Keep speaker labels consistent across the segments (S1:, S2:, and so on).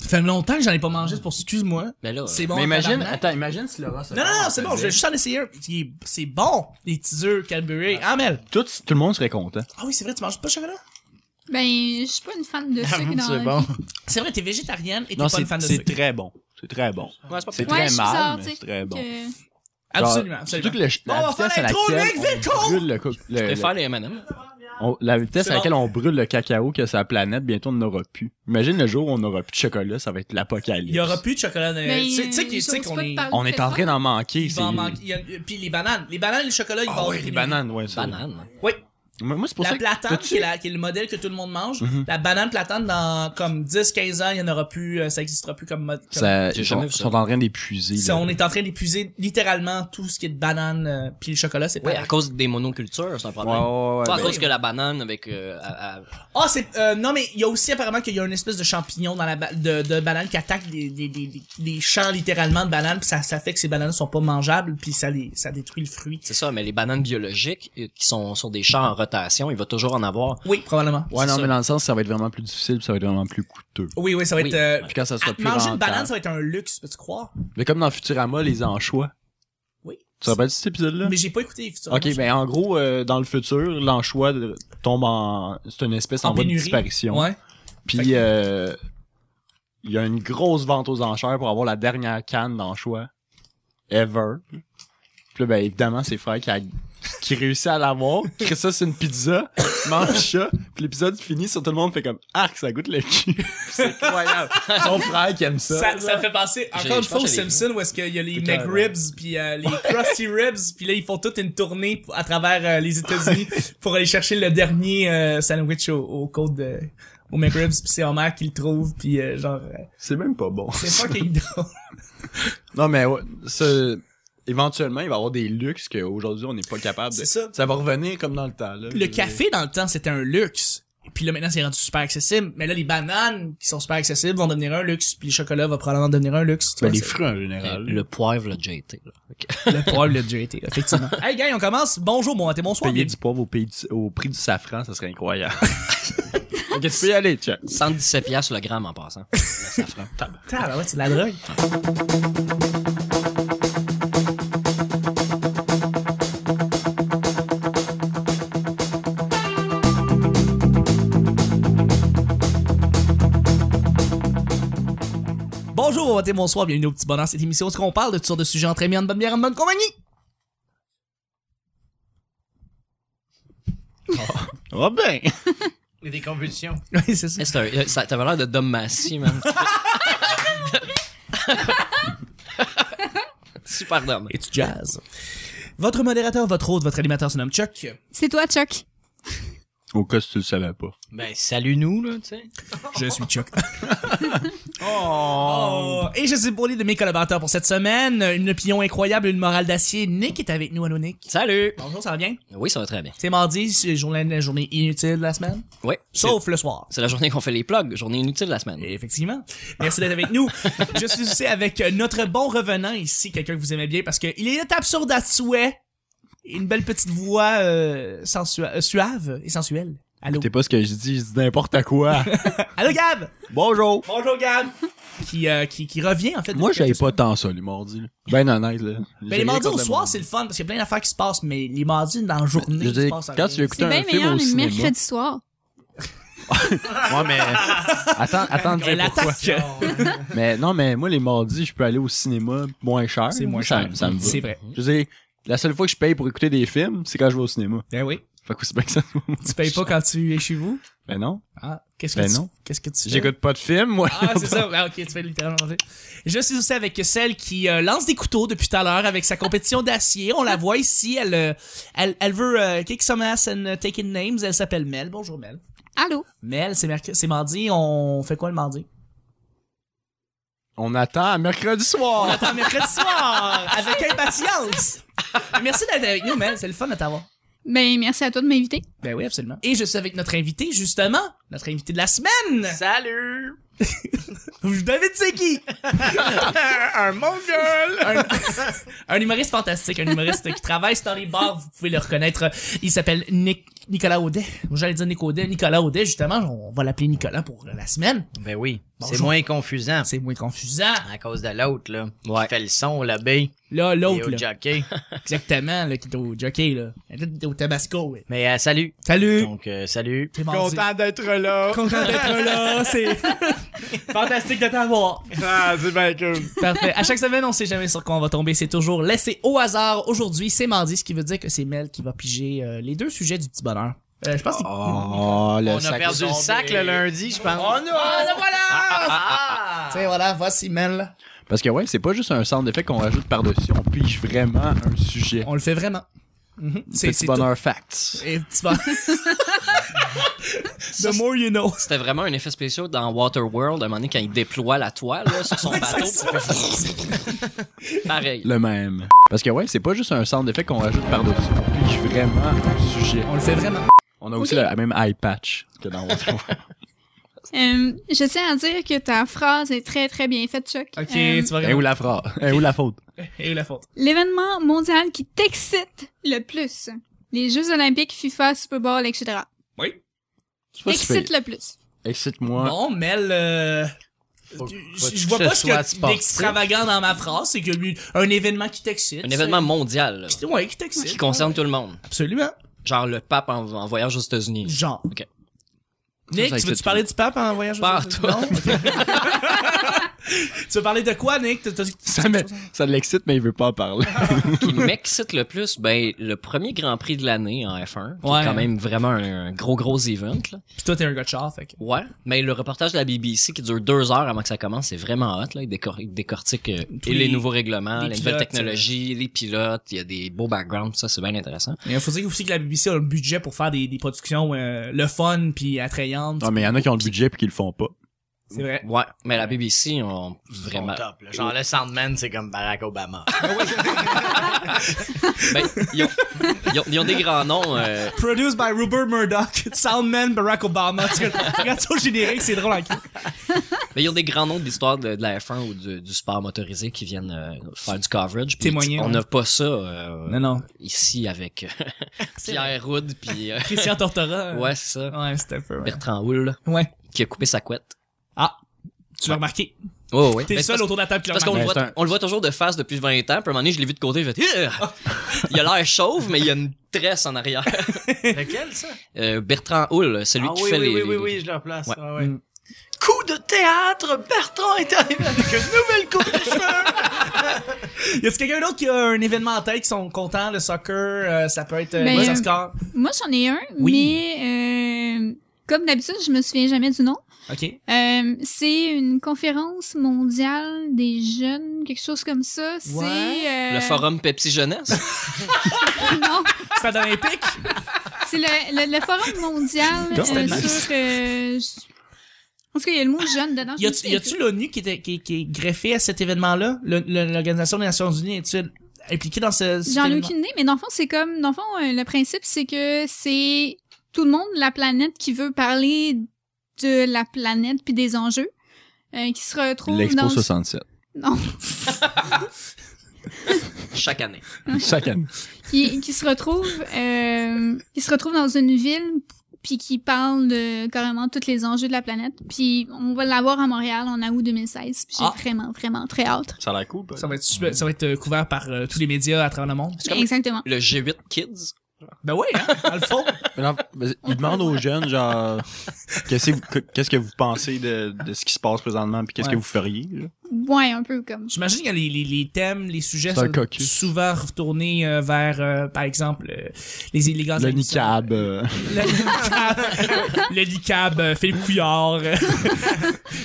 S1: fait longtemps que j'en ai pas mangé, c'est pour excuse-moi.
S2: Mais là, euh,
S1: C'est bon.
S3: Mais imagine,
S1: tabarnak.
S3: attends, imagine si Laura se
S1: Non, non, non, c'est bon, je vais juste en essayer un. Il- C'est bon, les petits œufs carburés. Ah, Mel.
S3: Tout, tout le monde serait content.
S1: Ah oui, c'est vrai, tu manges pas de chocolat?
S4: Ben, je suis pas une fan
S3: Ah,
S4: de sucre dans la
S5: c'est
S4: vie.
S5: bon.
S1: C'est vrai, t'es végétarienne et t'es
S3: Non,
S1: pas
S3: c'est
S1: une fan de
S3: c'est
S1: sucre.
S3: très bon. C'est très bon.
S2: Ouais, c'est pas
S3: C'est
S2: pire.
S4: Ouais,
S3: très
S4: je suis
S3: mal,
S4: bizarre,
S3: mais
S4: tu sais,
S3: c'est très bon. Euh,
S4: que-
S1: Absolument,
S3: Genre,
S1: absolument.
S3: Surtout que le,
S1: Bon, on
S3: la
S1: va faire
S3: vitesse à
S1: l'intro,
S3: laquelle
S1: Nick, vite,
S3: on
S1: con!
S3: brûle le, co- le-
S2: Je
S3: le-
S2: préfère les M&M.
S3: on- la vitesse
S1: C'est
S3: à
S1: bon.
S3: laquelle on brûle le cacao que sa planète, bientôt on n'aura plus. Imagine le jour où on n'aura plus de chocolat, ça va être l'apocalypse.
S1: Il y aura plus de chocolat dans
S4: Ben,
S1: les... Tu sais- tu sais qu'il- tu sais
S4: j'ose
S1: qu'on
S4: pas te
S1: est...
S4: parler
S3: On
S4: de
S3: est en
S4: ça.
S3: train d'en manquer.
S1: Il
S3: c'est-
S1: va en manquer. il y a- Puis les bananes. Les bananes et le chocolat, ils
S3: Ah
S1: vont
S3: oui, les bananes, ouais. ça.
S2: Banane.
S1: Oui.
S3: Moi, moi, c'est pour
S1: La
S3: ça que-
S1: platane,
S3: t'as-tu-
S1: qui est, la- qui est le modèle que tout le monde mange,
S3: Mhm.
S1: la banane platane, dans comme 10-15 ans, il y en aura plus, euh, ça existera plus comme mode. comme-
S3: Ça-
S2: J'ai
S3: ils
S2: jamais
S3: sont,
S2: vu ça.
S3: sont en train d'épuiser.
S1: Si
S3: là.
S1: on est en train d'épuiser littéralement tout ce qui est de banane euh, puis le chocolat, c'est pas.
S2: Ouais, à cause des monocultures, c'est un
S3: Ouais,
S2: problème.
S3: ouais, ouais.
S2: Pas à
S3: ben-
S2: cause que la banane avec... euh, à- à-
S1: Ah, c'est euh, non mais il y a aussi apparemment qu'il y a une espèce de champignon dans la ba- de, de banane qui attaque des, des, des, des- des champs littéralement de bananes, puis ça ça fait que ces bananes sont pas mangeables, puis ça les ça détruit le fruit.
S2: C'est ça, mais les bananes biologiques euh, qui sont sur des champs en rotation, il va toujours en avoir.
S1: Oui, probablement.
S3: Ouais,
S2: C'est
S3: non,
S2: ça.
S3: mais dans le sens, ça va être vraiment plus difficile, puis ça va être vraiment plus coûteux.
S1: Oui, oui, ça va
S2: Oui.
S1: être euh,
S3: Puis quand ça
S1: à-
S3: sera plus
S1: manger une
S3: rentable.
S1: banane, ça va être un luxe, peux-tu croire
S3: Mais comme dans Futurama, les anchois.
S1: Oui.
S3: Tu te rappelles de cet épisode-là?
S1: Mais j'ai pas écouté les futurs.
S3: Ok, ben en gros, euh, dans le futur, l'anchois euh, tombe en... C'est une espèce en, voie de
S1: pénurie.
S3: disparition.
S1: Ouais. Fait
S3: Puis
S1: que-
S3: euh, il y a une grosse vente aux enchères pour avoir la dernière canne d'anchois ever. Puis là, ben évidemment, c'est frère qui, a- qui réussit à l'avoir, crée ça sur une pizza, mange ça, puis l'épisode finit sur tout le monde fait comme arc, ça goûte le cul. c'est incroyable. Son frère qui aime ça.
S1: Ça, ça fait penser
S2: J'ai-
S1: encore une
S2: je pense
S1: fois
S2: que
S1: aux
S2: j'ai vu.
S1: Simpsons où est-ce qu'il y a les
S3: Putain,
S1: McRibs puis euh, les Krusty Ribs puis là ils font toute une tournée p- à travers euh, les États-Unis pour aller chercher le dernier euh, sandwich au, au côte de au McRibs puis c'est Homer qui le trouve puis euh, genre euh,
S3: C'est même pas bon.
S1: c'est fucking drôle.
S3: Non, mais ouais, ce- éventuellement, il va y avoir des luxes qu'aujourd'hui, on n'est pas capable de...
S1: C'est ça.
S3: va revenir comme dans le temps. Là,
S1: Le café dans le temps c'était un luxe. Puis là maintenant c'est rendu super accessible, mais là les bananes qui sont super accessibles vont devenir un luxe, puis le chocolat va probablement devenir un luxe. Tu
S3: Ben,
S1: vois,
S3: les
S1: c'est-
S3: fruits en général.
S2: euh, Le poivre, le JT. là.
S1: le poivre le JT, effectivement. hey gang, on commence. Bonjour, bon matin, bonsoir.
S3: payer du poivre au, pays du- au prix du safran, ça serait incroyable. ok, tu peux y aller, Chuck.
S2: 117 piastres le gramme en passant. Le safran.
S1: Ah, ouais, c'est de la drogue. Bonjour, bon matin, bonsoir, bienvenue au Petit Bonheur, cette émission où on parle de toutes sortes de sujets entre amis, en bonne bière, en bonne compagnie.
S3: Oh ben!
S5: Il y a des convulsions.
S1: Oui, c'est ça.
S2: Hey, c'est un- euh, ça- T'avais l'air de Dom Massy, man. Super Dom.
S1: Et tu jazz. Votre modérateur, votre hôte, votre animateur se nomme Chuck.
S4: C'est toi, Chuck.
S3: Au cas si tu le savais pas.
S2: Ben, salut-nous, là, tu sais.
S1: Je suis Chuck.
S3: Oh!
S1: Oh, et je suis pour de mes collaborateurs pour cette semaine. Une opinion incroyable, une morale d'acier. Nick est avec nous. Allô, Nick.
S2: Salut!
S1: Bonjour, ça va bien?
S2: Oui, ça va très bien.
S1: C'est mardi, c'est journée, la journée inutile de la semaine.
S2: Ouais. C'est-
S1: Sauf le soir.
S2: C'est la journée qu'on fait les plugs, journée inutile de la semaine.
S1: Effectivement. Merci d'être avec nous. Je suis aussi avec euh, notre bon revenant ici, quelqu'un que vous aimez bien parce qu'il est absurde à souhait. Une belle petite voix euh, sensua- euh, suave et sensuelle. Allô.
S3: T'es pas ce que je dis, je dis n'importe quoi.
S1: Allô, Gab!
S3: Bonjour!
S1: Bonjour, Gab! qui, euh, qui, qui revient, en fait.
S3: Moi,
S1: depuis
S3: j'avais
S1: quelques
S3: pas tant ça, les mardis. là. Ben honnête, là.
S1: Mais les mardis au soir, c'est le fun parce qu'il y a plein d'affaires qui se passent, mais les mardis dans la journée,
S3: Je
S1: il se
S3: dis,
S1: passe
S3: quand
S1: rien.
S3: tu veux écouter
S4: C'est
S3: un
S4: bien
S3: film
S4: meilleur
S3: au
S4: le
S3: cinéma...
S4: mercredi soir.
S3: Ouais, mais... Attends, attends de
S1: Elle
S3: dire pourquoi.
S1: attaque.
S3: Mais non, mais moi, les mardis, je peux aller au cinéma moins cher.
S1: C'est moins
S3: Ça-
S1: cher.
S3: Ça me va.
S1: C'est vrai.
S3: Je veux dire, la seule fois que je paye pour écouter des films, c'est quand je vais au cinéma.
S1: Ben oui.
S3: Fait que c'est bien que ça soit moins
S1: Tu payes pas quand tu es chez vous?
S3: cher. Ben non.
S1: Ah, qu'est-ce que
S3: Ben
S1: tu
S3: non.
S1: Qu'est-ce que tu fais?
S3: J'écoute pas de films, moi.
S1: Ah, c'est ça. Ah, ok, tu fais littéralement manger. Je suis aussi avec celle qui euh, lance des couteaux depuis tout à l'heure avec sa compétition d'acier. On la voit ici. Elle, euh, elle, elle veut euh, kick some ass and take in names. Elle s'appelle Mel. Bonjour, Mel.
S4: Allô?
S1: Mel, c'est merc- c'est mardi. On fait quoi le mardi?
S3: On attend à mercredi
S1: On
S3: soir.
S1: attend mercredi soir avec impatience. Merci d'être avec nous, Mel. C'est le fun de t'avoir.
S4: Ben, merci à toi de m'inviter.
S1: Ben oui, absolument. Et je suis avec notre invité, justement, notre invité de la semaine.
S2: Salut!
S1: Vous David c'est qui?
S5: un mongol!
S1: un, un humoriste fantastique, un humoriste qui travaille c'est dans les bars, vous pouvez le reconnaître. Il s'appelle Nic- Nicolas Audet. J'allais dire Nick Audet, Nicolas Audet, justement, on va l'appeler Nicolas pour la semaine.
S5: Ben oui, c'est
S1: Bonjour.
S5: moins confusant.
S1: C'est moins confusant.
S5: À cause de l'autre, là.
S2: Ouais.
S5: Qui fait le son, l'abeille.
S1: Là,
S5: et
S1: l'autre,
S5: au
S1: là,
S5: jockey.
S1: exactement, là, qui est au jockey, là. Il est au Tabasco, ouais.
S5: Mais euh, salut.
S1: Salut!
S5: Donc, euh, salut.
S1: C'est mardi.
S5: d'être là.
S1: Content d'être là, c'est fantastique de t'avoir.
S5: Ah, c'est bien cool.
S1: Parfait. À chaque semaine, on sait jamais sur quoi on va tomber. C'est toujours laissé au hasard. Aujourd'hui, c'est mardi, ce qui veut dire que c'est Mel qui va piger euh, les deux sujets du petit bonheur. Euh, je pense que
S3: Oh, le
S5: On a
S3: sac
S5: perdu le
S3: sombre.
S5: sac le lundi, je pense. Oh non!
S1: Ah, le voilà!
S5: ah,
S1: Tiens, voilà, voici Mel.
S3: Parce que ouais, c'est pas juste un centre d'effet qu'on rajoute par-dessus, on pige vraiment un sujet.
S1: On le fait vraiment. Mhm. C'est
S3: Petit
S1: c'est
S3: bonheur facts.
S1: tout. Et petit bonheur. The more you know.
S2: C'était vraiment un effet spécial dans Waterworld, à un moment donné, quand il déploie la toile là, sur son bateau. Pareil.
S3: Le même. Parce que ouais, c'est pas juste un centre d'effet qu'on rajoute par-dessus, on pige vraiment un sujet.
S1: On le fait vraiment.
S3: On a aussi
S4: Ok.
S3: le même eye patch que dans Waterworld.
S4: Euh, je tiens à dire que ta phrase est très très bien faite, Chuck.
S1: Ok,
S4: Euh,
S1: tu vas
S3: Et où la phrase? Et où la faute?
S1: Et où la faute?
S4: L'événement mondial qui t'excite le plus. Les Jeux Olympiques, FIFA, Super Bowl, etc.
S3: C'est pas si
S4: T'excite
S3: pire.
S4: le plus.
S3: Excite-moi.
S1: Bon, Mel, euh,
S5: Faut- faut
S1: je, je
S5: que
S1: vois
S5: ce
S1: pas ce
S5: soit
S1: que
S5: sportif.
S1: d'extravagant dans ma phrase. C'est que lui, un événement qui t'excite.
S2: Un événement mondial là,
S1: c'est- Ouais, qui
S2: qui
S1: t'excite.
S2: concerne tout le monde.
S1: Absolument.
S2: Genre le pape en, en voyage aux États-Unis.
S1: Genre.
S2: Ok.
S1: Nick,
S3: Ça,
S1: tu
S3: ça
S1: veux-tu
S3: excite
S1: parler du pape en voyage? aux
S2: Pas
S1: États-Unis? Non? Ok. tu veux parler de quoi, Nick? T'as- t'as-
S3: Ça, me- ça l'excite, mais il veut pas en parler.
S2: qui m'excite le plus, ben le premier Grand Prix de l'année en F1, qui
S1: Ouais.
S2: est quand même vraiment un, un gros gros event. Là.
S1: Pis toi, t'es un gars de char, fait que-
S2: Ouais, mais le reportage de la BBC qui dure deux heures avant que ça commence, c'est vraiment hot. Là. Il, décor- il décortique euh,
S1: Tous
S2: et les,
S1: les-
S2: nouveaux règlements,
S1: les
S2: les,
S1: pilotes, euh,
S2: nouvelles technologies, les pilotes, il y a des beaux backgrounds, ça c'est bien intéressant.
S1: Mais il faut dire aussi que la BBC a le budget pour faire des, des productions euh, le fun puis attrayantes.
S3: Non, mais il y en a qui ont le budget puis qui le font pas.
S1: C'est vrai.
S2: Ouais, mais la BBC, on vraiment...
S5: Top, là. Genre, le Sandman, c'est comme Barack Obama.
S2: Ben, ils, ont, ils, ont, ils ont des grands noms. euh,
S1: Produced by Rupert Murdoch, Soundman Barack Obama. Tu Regarde ça au générique, c'est drôle. hein.
S2: Mais il y a ben, des grands noms de l'histoire de, de la F1 ou du, du sport motorisé qui viennent euh, faire du coverage. puis
S1: Témoigner,
S2: On
S1: ouais.
S2: n'a pas ça euh,
S1: Non, non.
S2: ici avec euh, Pierre Roud puis euh,
S1: Christian Tortora.
S2: ouais c'est ça.
S1: Ouais, c'était un peu. Ouais.
S2: Bertrand Houle
S1: Ouais.
S2: qui a coupé sa couette.
S1: Tu l'as remarqué.
S2: Oh oui.
S1: T'es le seul autour de la table qui l'a
S2: Parce qu'on
S1: remarqué.
S2: le,
S3: Mais
S2: voit,
S3: c'est un-
S2: on le voit toujours de face depuis 20 ans. Puis à un moment donné, je l'ai vu de côté, j'ai fait Ugh! Il a l'air chauve, mais il y a une tresse en arrière.
S5: Lequel, ça?
S2: Euh, Bertrand Houle, celui
S5: ah,
S2: qui
S5: oui,
S2: fait
S5: oui,
S2: les.
S5: oui, oui,
S2: les-
S5: oui, je le place.
S2: Ouais.
S5: Ouais.
S6: Ah
S5: ouais.
S1: Mm.
S5: Coup de théâtre, Bertrand est arrivé avec une nouvelle coupe de cheveux.
S1: Y a-tu quelqu'un d'autre qui a un événement en tête qui sont contents, le soccer, euh, ça peut être euh,
S4: Ben,
S1: les
S4: euh,
S1: Oscars.
S4: Moi, j'en ai un,
S1: Oui.
S4: mais euh, comme d'habitude, je me souviens jamais du nom.
S1: OK.
S4: Euh, c'est une conférence mondiale des jeunes, quelque chose comme ça. C'est
S1: Ouais.
S4: euh,
S2: Le forum Pepsi Jeunesse.
S4: Non,
S1: Stade olympique?
S4: c'est le, le, le forum mondial
S3: Non,
S4: euh,
S1: c'était
S4: sur. euh, je- en tout cas, il y a le mot jeune dedans. je
S1: Y
S4: me
S1: a-tu-
S4: souviens
S1: y a-tu
S4: plus.
S1: l'ONU qui, était- qui, qui est greffée à cet événement-là? Le- le- L'Organisation des Nations Unies est-elle impliquée dans ce. cet
S4: J'en ai
S1: événement?
S4: aucune idée, mais dans le fond, c'est comme. Dans le fond, euh, le principe, c'est que c'est tout le monde, la planète, qui veut parler de la planète puis des enjeux, euh, qui se retrouve
S3: L'Expo
S4: dans.
S3: 67.
S4: Non.
S2: Chaque année.
S3: Chaque année.
S4: qui, qui se retrouve euh, qui se retrouve dans une ville puis qui parle de carrément tous les enjeux de la planète puis on va l'avoir à Montréal en août 2016 puis j'ai
S1: Ah.
S4: vraiment vraiment très hâte
S3: Ça a l'air cool,
S1: Ça va être, super- ça va être euh, couvert par euh, tous les médias à travers le monde.
S2: C'est comme
S4: exactement
S2: le G8 Kids.
S1: Ben oui, hein, dans le fond.
S3: Il demande aux jeunes, genre, qu'est-ce que vous- qu'est-ce que vous pensez de, de ce qui se passe présentement, puis qu'est-ce
S1: Ouais.
S3: que vous feriez, là?
S4: ouais un peu comme
S1: J'imagine que les, les, les thèmes, les sujets
S3: C'est un
S1: sont
S3: cocu.
S1: souvent retournés euh, vers, euh, par exemple, euh, les élégants.
S3: Le niqab. euh,
S1: Le nicab. le nicab, euh, Philippe Couillard. euh.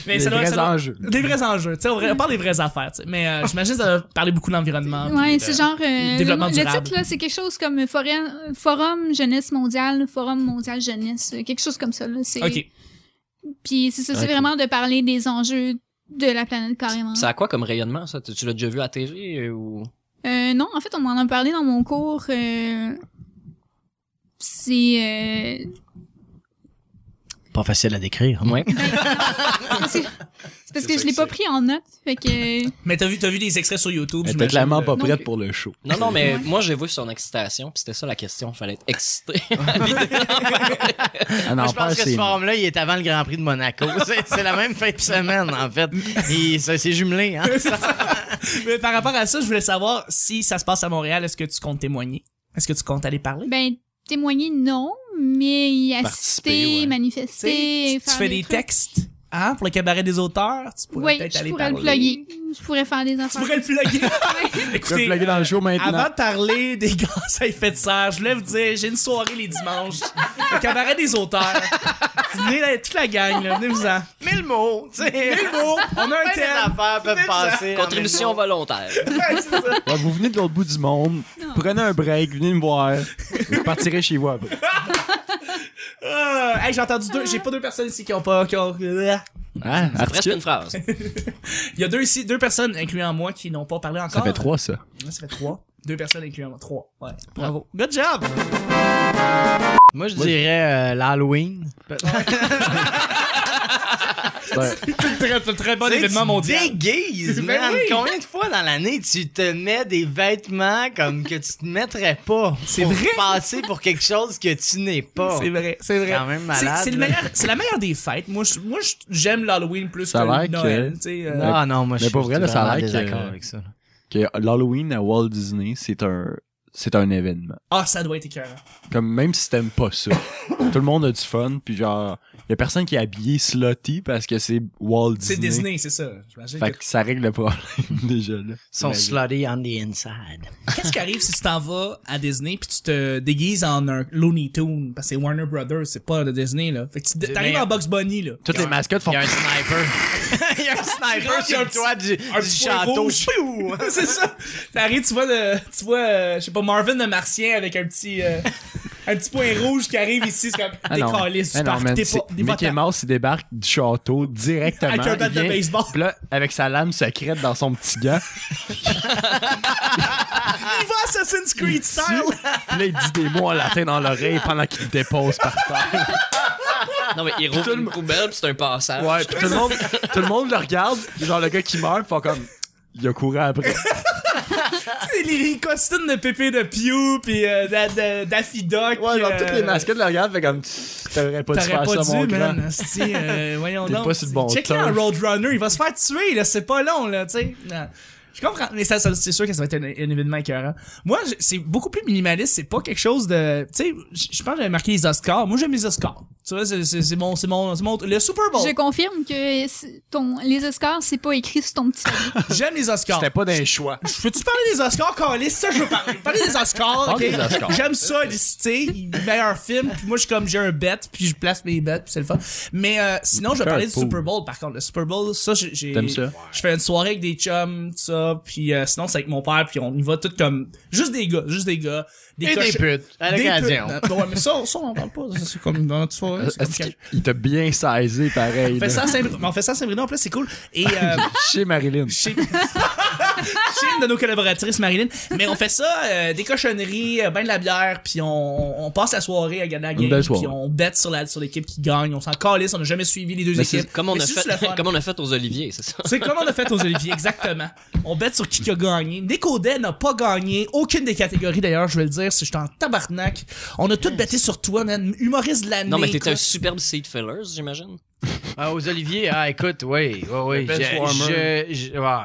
S1: Mais
S3: les
S1: ça doit- ça
S3: vrais Ah.
S1: doit-
S3: enjeux.
S1: Des vrais enjeux, tu sais, on, vrai- on parle des vraies affaires, tu sais. Mais euh, j'imagine que ça va parler beaucoup d'environnement.
S4: ouais
S1: Ah, puis de-
S4: c'est genre euh, le,
S1: développement
S4: le
S1: durable.
S4: titre là c'est quelque chose comme forum, forum jeunesse mondiale forum mondial jeunesse euh, quelque chose comme ça là c'est
S1: Ok.
S4: puis c'est ça c'est
S3: Ouais, cool.
S4: vraiment de parler des enjeux de la planète carrément
S2: Ça a quoi comme rayonnement, ça? Tu tu l'as déjà vu à la TV euh, ou.
S4: Euh, non, en fait, on m'en a parlé dans mon cours. euh, C'est. euh,
S6: pas facile à décrire.
S5: hein.
S2: Ouais.
S4: C'est parce que, c'est parce
S3: C'est
S4: que je
S3: ça
S4: l'ai
S3: que
S4: pas
S3: c'est.
S4: pris en note. Fait que.
S1: Mais t'as vu, t'as vu des extraits sur YouTube.
S3: Elle était
S1: j'imagine.
S3: clairement pas
S4: Non
S3: prête
S4: plus.
S3: pour le show.
S2: Non, non, mais
S4: Ouais.
S2: moi, j'ai vu son excitation, puis c'était ça la question. Fallait être excité.
S3: Elle
S6: Moi,
S3: en
S6: je pense
S3: perd
S6: que ce
S3: ses mots.
S6: forum-là, il est avant le Grand Prix de Monaco. C'est- C'est la même fin de semaine, en fait. Et ça, c'est jumelé. Hein?
S1: Mais par rapport à ça, je voulais savoir si ça se passe à Montréal, est-ce que tu comptes témoigner? Est-ce que tu comptes aller parler?
S4: Ben, témoigner, non, mais y
S3: Participer,
S4: assister,
S3: ouais.
S1: Tu sais,
S4: manifester,
S1: tu- tu
S4: faire
S1: fais des
S4: trucs.
S1: textes hein, pour le cabaret des auteurs, tu pourrais
S4: Oui,
S1: peut-être
S4: je
S1: aller
S4: pourrais le
S1: parler.
S4: plugger. Je pourrais faire des affaires.
S1: Tu pourrais le plugger.
S3: Je vais
S1: Écoutez,
S3: plugger dans le show maintenant.
S1: avant de parler des gaz à effet de serre, je voulais vous dire, j'ai une soirée les dimanches. Le cabaret des auteurs. Venez, là, toute la gang, là, venez-vous-en.
S6: Mille mots, tu sais.
S1: Mille mots, on a un
S6: Plein
S1: thème.
S6: d'affaires peuvent passer. en
S2: Contribution
S6: mille mots.
S2: volontaire.
S1: Ouais, c'est ça.
S3: Ouais, vous venez de l'autre bout du monde,
S4: Non.
S3: prenez un break, venez me voir. Vous partirez chez vous après.
S1: Euh, hey, j'ai entendu deux, j'ai pas deux personnes ici qui ont pas, qui ont- euh,
S3: Ah,
S2: C'est presque une phrase.
S1: Il y a deux ici, deux personnes, incluant moi, qui n'ont pas parlé encore.
S3: Ça fait trois, ça.
S1: Ouais, ça fait trois. Deux personnes, incluant moi. Trois. Ouais. Bravo. Good job!
S6: Moi, je Ah, dirais euh, l'Halloween.
S3: C'est un-
S1: très, très, très bon
S6: Tu sais,
S1: événement
S6: tu
S1: mondial.
S6: déguises,
S1: Ben
S6: man.
S1: oui.
S6: Combien de fois dans l'année tu te mets des vêtements comme que tu te mettrais pas
S1: C'est
S6: pour
S1: vrai.
S6: passer pour quelque chose que tu n'es pas?
S1: C'est vrai, c'est vrai.
S6: quand même
S1: C'est-
S6: malade,
S1: C'est le
S6: là.
S1: meilleur- c'est la meilleure des fêtes. Moi, je- moi, je- j'aime l'Halloween plus
S3: Ça a
S1: que
S3: l'air
S1: Noël.
S3: que-
S1: tu sais, euh,
S6: Non, non, moi, je
S3: Mais
S6: suis
S3: pour vrai, là, ça a
S6: vraiment
S3: l'air que-
S6: désaccord avec ça. là.
S3: que L'Halloween à Walt Disney, c'est un, c'est un événement.
S1: Ah, ça doit être écœurant.
S3: Comme même si t'aimes pas ça, tout le monde a du fun, puis genre, y a personne qui est habillé slotty parce que c'est Walt Disney.
S1: C'est Disney, c'est ça. J'imagine
S3: Fait
S1: que-
S3: que ça règle le problème déjà là.
S6: Ils sont
S3: Imagine.
S6: slutty on the inside.
S1: Qu'est-ce qui arrive si tu t'en vas à Disney puis tu te déguises en un Looney Tune? Parce que c'est Warner Brothers, c'est pas de Disney, là. Fait que tu
S6: C'est
S1: t'arrives
S6: meilleur.
S1: en Box Bunny, là.
S3: Toutes les mascottes font.
S6: Il y a un sniper. Il y a un sniper
S1: Il y a un
S6: sur le
S1: petit-
S6: toit du,
S1: un
S6: du
S1: petit point
S6: château.
S1: rouge. c'est ça. T'arrives, tu vois, le, tu vois, euh, je sais pas, Marvin le Martien avec un petit, euh, un petit point rouge qui arrive ici, c'est comme
S3: Ah
S1: des
S3: non.
S1: calices,
S3: Ah
S1: tu
S3: non,
S1: pars,
S3: man,
S1: t'es
S3: c'est-
S1: pas, t'es pas
S3: Mickey
S1: ta-
S3: Mouse, il débarque du château directement.
S1: avec un bat
S3: il
S1: de
S3: vient-
S1: baseball.
S3: Puis là, avec sa lame secrète dans son petit gant,
S1: Il va Assassin's Creed
S3: dessus,
S1: style!
S3: puis là, il dit des mots en latin dans l'oreille pendant qu'il le dépose par terre.
S2: Non, mais il rouvre une poubelle, puis c'est un passage.
S3: Ouais, puis tout
S1: Ah,
S3: le monde, tout le monde le regarde, puis genre le gars qui meurt, fait comme il a couru après.
S1: C'est les, les costumes de Pépé de Pew puis euh, d'a- d'a- d'Affy Doc.
S3: Ouais, genre
S1: euh,
S3: toutes les mascottes le regardent, fait comme Tch, t'aurais pas dû
S1: T'aurais
S3: faire
S1: pas
S3: ça, mon
S1: dû,
S3: grand.
S1: man. Asti, euh, voyons
S3: T'es
S1: donc.
S3: pas sur le bon
S1: Check là
S3: turf.
S1: un Roadrunner, il va se faire tuer, là. C'est pas long, là, tu sais. Non. Je comprends, mais ça, ça- c'est sûr que ça va être un, un événement écœurant. Moi, je- c'est beaucoup plus minimaliste, c'est pas quelque chose de... Tu sais, je je pense que j'avais marqué les Oscars. Moi, j'aime les Oscars. Tu vois, c'est c'est- c'est mon, c'est mon, c'est mon... Le Super Bowl,
S4: Je confirme que c'est- ton, les Oscars, c'est pas écrit sur ton petit papier.
S1: j'aime les Oscars.
S3: C'était pas d'un choix.
S1: Je Peux-tu parler des Oscars, Carlis? Ça, je veux parler. Parler des Oscars,
S3: Parle
S1: ok?
S3: des Oscars.
S1: J'aime ça, tu sais, meilleur film. Puis moi, je suis comme, j'ai un bet, puis je place mes bets, puis c'est le fun. Mais euh, sinon, je vais
S3: Fais un
S1: parler du
S3: pool.
S1: Super Bowl, par contre. Le Super Bowl, ça, j'ai... j'ai-
S3: T'aimes ça?
S1: Je fais une soirée avec des chums, tout ça. Puis euh, sinon, c'est avec mon père, puis on y va tout comme... Juste des gars, juste des gars. Des
S6: Et des
S1: cochons-
S6: putes. À
S1: des
S6: l'occasion.
S1: putes. Non, ouais, mais ça, ça, on en parle pas. Ça, C'est comme dans notre soirée. c'est comme
S3: Euh, Est-ce qu'il il t'a bien saisi pareil?
S1: on fait
S3: là.
S1: ça à Saint-Bruno, on fait ça à Saint-Bruno, en plus, c'est cool. Et... euh,
S3: Chez Marilyn.
S1: chez... chez une de nos collaboratrices, Marilyn. Mais on fait ça, euh, des cochonneries, euh, ben de la bière, puis on, on passe la soirée à gagner la game,
S3: belle soirée.
S1: puis on bête sur la sur l'équipe qui gagne, on s'en calisse, on n'a jamais suivi les deux
S3: Mais
S1: équipes.
S2: Comme on,
S1: Mais
S2: a
S1: c'est juste
S2: fait,
S1: le fun.
S2: comme on a fait aux Oliviers, c'est ça?
S1: C'est comme on a fait aux Oliviers, exactement. On bête sur qui qui a gagné. Décodet n'a pas gagné aucune des catégories, d'ailleurs, je vais le dire, si j'étais en tabarnak. On a tout bêté sur toi, man. Humoriste de l'année.
S2: Non, mais t'étais
S1: quoi.
S2: un superbe seed filler, j'imagine.
S6: Ah, aux Olivier, ah, écoute, oui, oui,
S3: Le
S6: oui.
S3: bench warmer.
S6: Je, je, je- ouais.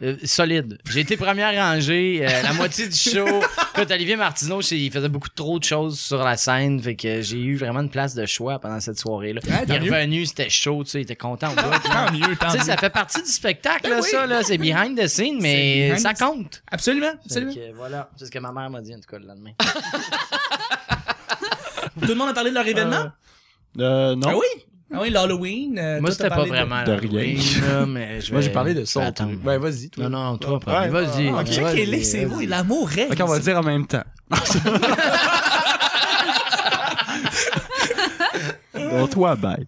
S6: Euh, solide. J'ai été première rangée, euh, la moitié du show. Écoute, Olivier Martineau, c'est- il faisait beaucoup trop de choses sur la scène, fait que j'ai eu vraiment une place de choix pendant cette soirée-là.
S1: Ah,
S6: il
S1: tant
S6: est
S1: mieux.
S6: revenu, c'était chaud, tu sais, il était content. au bout.
S1: Tant mieux, tant
S6: tu sais,
S1: mieux. Eh
S6: ça fait partie du spectacle, là,
S1: oui.
S6: ça, là. C'est behind the scene,
S1: C'est
S6: mais
S1: behind
S6: ça
S1: the-
S6: compte.
S1: Absolument,
S6: Fait
S1: absolument. Euh,
S6: que, voilà, c'est ce que ma mère m'a dit, en tout cas, le lendemain.
S1: Tout le monde a parlé de leur événement?
S3: Euh, non.
S1: Ah oui? Ah oui, l'Halloween. euh, toi,
S6: Moi,
S1: t'as
S6: c'était pas
S1: parlé de-
S6: vraiment.
S3: de rien.
S6: Halloween, là, mais je
S3: Moi,
S6: vais-
S3: j'ai parlé de
S6: je
S3: ça.
S6: vais attendre.
S3: Ben, vas-y, toi.
S6: Non, non, toi, en premier.
S3: Ouais.
S6: Vas-y.
S1: Ok,
S6: vas-y,
S1: quel est, c'est
S6: vas-y.
S1: vous, l'amour règne.
S3: Ok, on va le dire en même temps. Bon, toi, bye.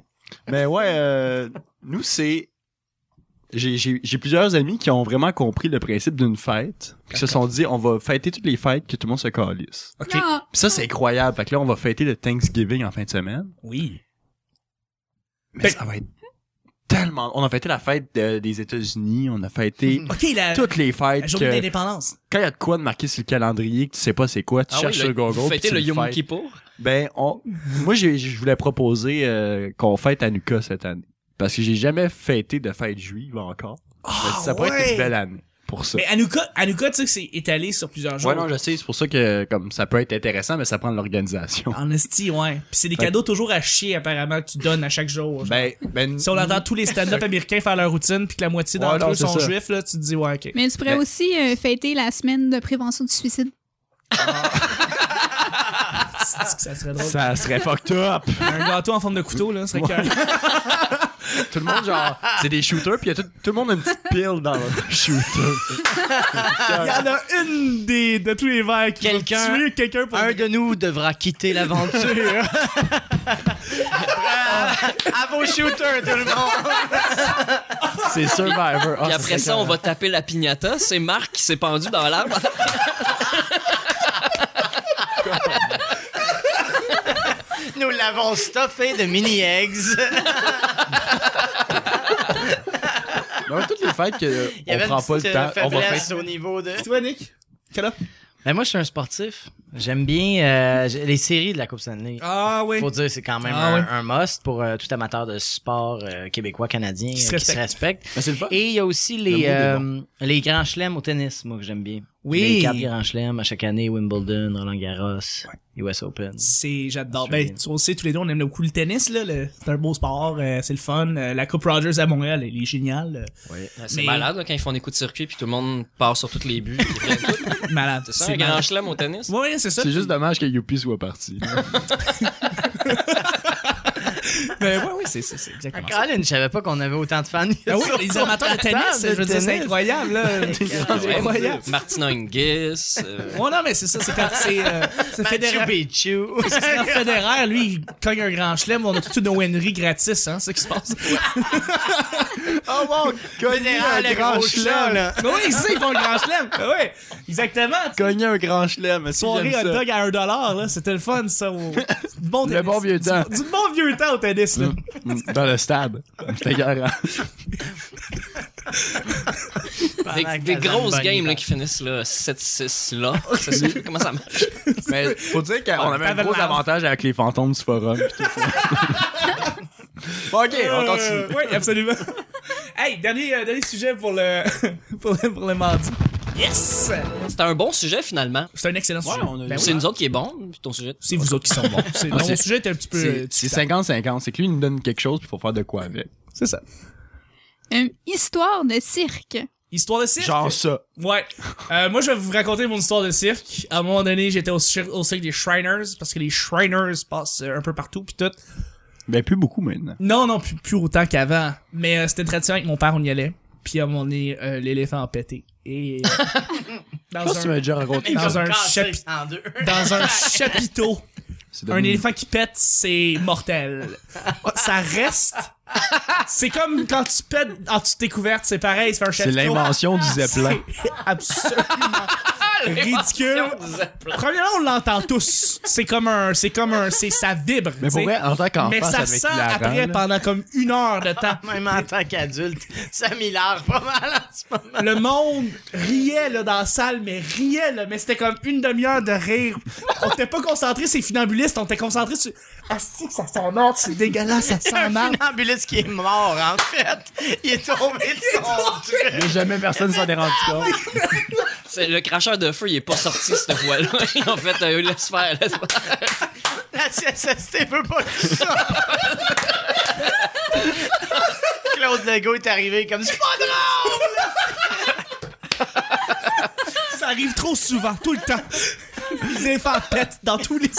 S3: Mais ouais, euh, nous, c'est. J'ai- J'ai j'ai plusieurs amis qui ont vraiment compris le principe d'une fête. Puis qui se sont dit, on va fêter toutes les fêtes que tout le monde se calisse.
S1: Ok.
S4: Non,
S3: Puis ça, c'est incroyable. Fait que là, on va fêter le Thanksgiving en fin de semaine.
S1: Oui.
S3: Mais ça va être tellement. On a fêté la fête de- des États-Unis, on a fêté
S1: Ok, la,
S3: toutes les
S1: Hmm. la
S3: fêtes.
S1: journée
S3: que-
S1: d'indépendance.
S3: quand il y a de quoi de marqué sur le calendrier que tu sais pas c'est quoi, tu
S2: Ah oui,
S3: cherches
S2: le-
S3: sur Google.
S2: vous
S3: puis
S2: fêtez
S3: tu
S2: le
S3: le
S2: Yom
S3: fêtes.
S2: Kippour?
S3: Ben, on... moi, j'ai- je voulais proposer euh, qu'on fête Hanouka cette année. Parce que j'ai jamais fêté de fête juive encore. Mais
S1: Ah,
S3: ça pourrait être
S1: ouais.
S3: une belle année pour ça.
S1: Mais Anouka, Anouka, tu sais que c'est étalé sur plusieurs jours.
S3: Ouais, non, je sais, c'est pour ça que comme ça peut être intéressant, mais ça prend de
S6: Ah,
S3: l'organisation.
S1: En esti, ouais. Puis c'est des
S3: Fait-
S1: cadeaux toujours à chier, apparemment, que tu donnes à chaque jour.
S3: Ben, ben,
S1: si on entend tous les stand-up américains faire leur routine, puis que la moitié
S3: Ouais,
S1: d'entre
S3: non,
S1: eux
S3: c'est
S1: sont
S3: ça.
S1: juifs, là, tu te dis, ouais, ok.
S4: Mais tu pourrais
S3: Ben-
S4: aussi euh, fêter la semaine de prévention du suicide.
S1: Ah, C'est-tu que ça serait drôle.
S3: ça serait fucked up.
S1: Un gâteau en forme de couteau, là, ça serait carré.
S3: tout le monde, genre, c'est des shooters, puis il y a tout, tout le monde a une petite pile dans le shooter.
S1: Il y en a une des, de tous les verres qui va
S6: Quelqu'un-
S1: tuer quelqu'un pour
S6: Un de nous devra quitter l'aventure. à vos shooters, tout le monde.
S3: C'est Survivor. Ah,
S2: Puis
S3: ça
S2: après
S3: serait
S2: ça, on va taper la piñata. C'est Marc qui s'est pendu dans l'arbre.
S6: Nous l'avons stuffé de mini-eggs.
S3: Non, toutes les fêtes
S6: Il y avait
S3: qu'on prend
S6: une
S3: pas
S6: petite,
S3: le
S6: euh,
S3: temps, on va
S6: faiblesse
S3: faire.
S6: au niveau de...
S1: Toi, Nick? Quelle heure?
S6: Ben, moi, je suis un sportif. J'aime bien euh, j'ai- les séries de la Coupe Stanley.
S1: Ah, oui.
S6: Faut dire, c'est quand même
S1: Ah
S6: un,
S1: ouais.
S6: un must pour euh, tout amateur de sport euh, québécois, canadien, euh, qui
S1: se
S6: se, respecte. Ah.
S3: Mais c'est le fun.
S6: Et il y a aussi
S3: Le mot
S6: les,
S3: est
S6: euh, les grands chelems au tennis, moi, que j'aime bien.
S1: Oui.
S6: Les quatre grands chelems à chaque année, Wimbledon, Roland Garros, US Open.
S1: C'est, j'adore.
S6: Australien.
S1: Ben, tu- on le sait tous les deux, on aime beaucoup le tennis, là. le- c'est un beau sport, euh, c'est le fun. Euh, la Coupe Rogers à Montréal, elle est géniale. euh,
S2: C'est
S1: Mais-
S2: malade là, quand ils font des coups de circuit puis tout le monde part sur tous les buts. Ils prennent tout.
S1: euh, malade.
S2: C'est ça, un grand
S1: malade.
S2: chelem au tennis?
S1: Ouais, c'est ça.
S3: C'est juste dommage que Youpi soit parti.
S1: Ben, ouais, ouais, c'est, c'est, c'est exactement ça.
S6: Colin, Ah, je savais pas qu'on avait autant de fans.
S1: Ah oui, les amateurs de tennis,
S6: Attends,
S1: je veux dire, c'est
S6: tennis.
S1: incroyable, là. C'est
S2: Ouais,
S1: incroyable.
S2: Martina Hingis. euh,
S1: Ouais, non, mais c'est ça, c'est quand c'est, euh, c'est
S6: Machu
S1: Federer.
S6: Picchu.
S1: C'est quand Federer, lui, il cogne un grand chelem, on a toute une Owenry gratis, hein, c'est ce qui se passe.
S3: Oh wow! Cogner
S6: Federer, le gros chat, là.
S1: Ben oui, c'est, ils font le grand chelem. Ben oui, exactement. tu sais.
S3: Cogner un grand chelem. mais si
S1: Soirée
S3: j'aime
S1: hot
S3: ça.
S1: dog à 1$, dollar, là, c'était le fun, ça. Au... Du bon
S3: Le
S1: tennis.
S3: bon vieux
S1: Du-
S3: temps.
S1: Du, bon vieux temps au tennis, là.
S3: Mm, Dans le stade. J'étais garant.
S2: Des, des grosses games là, qui finissent là, 7-6 là. C'est ça, comment ça marche?
S3: Mais faut dire qu'on avait un
S1: t'avais
S3: gros
S1: l'air.
S3: avantage avec les fantômes du forum. pis tout ça. Bon, ok, on
S1: Euh,
S3: continue.
S1: oui, absolument. hey, dernier, euh, dernier sujet pour le, pour le, pour le mardi. Yes!
S2: C'était un bon sujet finalement.
S1: C'est un excellent sujet.
S3: on a-
S1: Ben oui.
S2: C'est nous autres qui est bon, puis ton sujet.
S1: C'est vous autres qui sont bons. C'est- non,
S3: c'est-
S1: Mon sujet était un petit peu. euh,
S3: C'est c'est 50-50. C'est que lui, il nous donne quelque chose, puis faut faire de quoi avec.
S1: C'est ça.
S4: Une Euh, histoire de cirque.
S1: Histoire de cirque?
S3: Genre ça.
S1: Ouais. Euh, moi, je vais vous raconter mon histoire de cirque. À un moment donné, j'étais au, cir- au cirque des Shriners, parce que les Shriners passent euh, un peu partout, pis tout.
S3: Ben, plus beaucoup maintenant.
S1: Non, non, plus, plus autant qu'avant. Mais euh, c'était une tradition avec mon père, on y allait. Puis à un moment donné, euh, l'éléphant a pété. Et. euh,
S3: Je pense
S1: dans,
S3: que tu m'as
S1: un,
S3: déjà raconté.
S1: Dans un
S6: chapitre
S1: chapitre.
S6: En deux.
S1: dans un chapiteau,
S3: C'est
S1: un
S3: devenu-
S1: éléphant qui pète, c'est mortel. Ça reste. C'est comme quand tu pètes en toute découverte, c'est pareil, c'est un
S3: C'est
S1: chapiteau.
S3: l'invention du Zeppelin.
S1: C'est absolument ridicule. Premièrement, on l'entend tous. C'est comme un, c'est comme un, c'est ça vibre.
S3: Mais pour
S1: t'sais.
S3: vrai, en tant qu'enfant,
S1: Mais ça
S3: devait être
S1: sent
S3: hilarant,
S1: après
S3: là.
S1: pendant comme une heure de temps.
S6: Même en tant qu'adulte, ça m'hilare pas mal en ce moment.
S1: le monde riait là, dans la salle, mais riait, là, mais c'était comme une demi-heure de rire. On était pas concentrés, c'est funambuliste, on était concentrés sur. Ah, si, ça sent mort, c'est dégueulasse, ça
S6: un
S1: sent mal.
S6: funambuliste qui est mort, en fait. Il est tombé de son truc.
S3: Mais jamais personne s'en est rendu compte.
S2: C'est- Le cracheur de feu, il est pas sorti cette fois-là. Ils ont fait, euh, laisse faire, laisse faire.
S6: La CSST veut pas que ça. Claude Legault est arrivé comme c'est pas drôle.
S1: Ça arrive trop souvent, tout le temps. Les éléphants pètent dans tous les.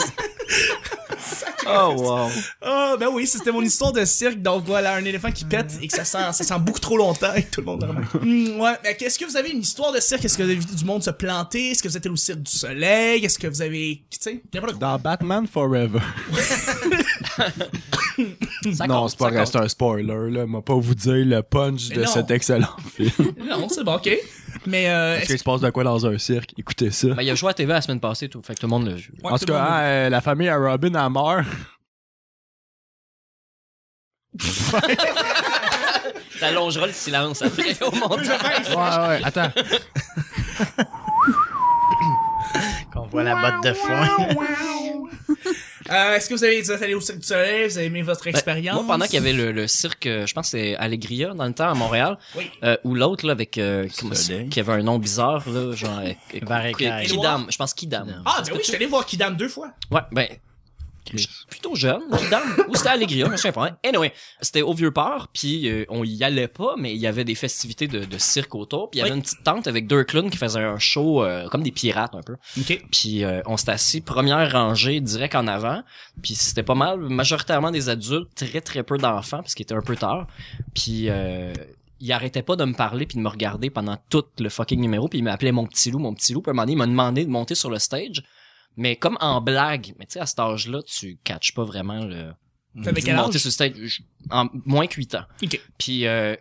S3: Oh, wow.
S1: Ah, ben oui, c'était mon histoire de cirque. Donc voilà, un éléphant qui pète et que ça sent, ça sent beaucoup trop longtemps et que tout le monde remarque. Hmm, ouais, mais est-ce que vous avez une histoire de cirque? Est-ce que vous avez vu du monde se planter? Est-ce que vous êtes allé au cirque du soleil? Est-ce que vous avez. Tu sais, n'importe quoi.
S3: Dans Batman Forever. non, c'est pas vrai, c'est un spoiler, là. M'a pas vous dire le punch
S1: Mais
S3: de
S1: non.
S3: cet excellent film.
S1: Non, c'est bon, ok. Mais euh,
S3: Est-ce qu'il se passe de quoi dans un cirque? Écoutez ça.
S2: Ben, il a joué à TV la semaine passée, tout. Fait que tout le monde l'a vu.
S1: Ouais,
S3: en tout hein, euh,
S1: tout le
S3: cas,
S1: monde-
S3: hein, euh, la famille à Robin, elle meurt.
S2: T'allongeras le silence après au montage.
S6: Ouais, ouais, attends. Qu'on voit la botte de foin.
S1: Euh, Est-ce que vous avez vous êtes allé au Cirque du Soleil? Vous avez aimé votre expérience?
S2: Ben, Moi, pendant qu'il y avait le, le cirque, euh, je pense que c'est Allegria dans le temps à Montréal,
S1: Oui.
S2: euh, ou l'autre là avec euh, comment
S3: Soleil.
S2: c'est- qui avait un nom bizarre là, genre euh, euh,
S6: Varekai.
S2: Kidam, je pense Kidam.
S6: Kidam.
S1: Ah, ben oui, je suis allé voir Kidam deux fois.
S2: Ouais, ben je suis plutôt jeune, Kidam ou c'était Allegria, je sais pas. hein. Anyway, c'était au vieux port, puis euh, on y allait pas, mais il y avait des festivités de, de cirque autour, puis il y avait
S1: Oui.
S2: une petite tente avec deux clowns qui faisaient un show euh, comme des pirates un peu.
S1: OK.
S2: Puis euh, on s'est assis première rangée direct en avant. Puis c'était pas mal, majoritairement des adultes, très très peu d'enfants parce qu'il était un peu tard. Puis euh, il arrêtait pas de me parler puis de me regarder pendant tout le fucking numéro. Puis il m'appelait mon petit loup, mon petit loup. Puis à un moment donné, il m'a demandé de monter sur le stage. Mais comme en blague, mais tu sais, à cet âge-là, tu catches pas vraiment le...
S1: T'avais quel
S2: monter
S1: âge?
S2: sur le stage je- en moins que 8 ans.
S1: Ok.
S2: Puis euh,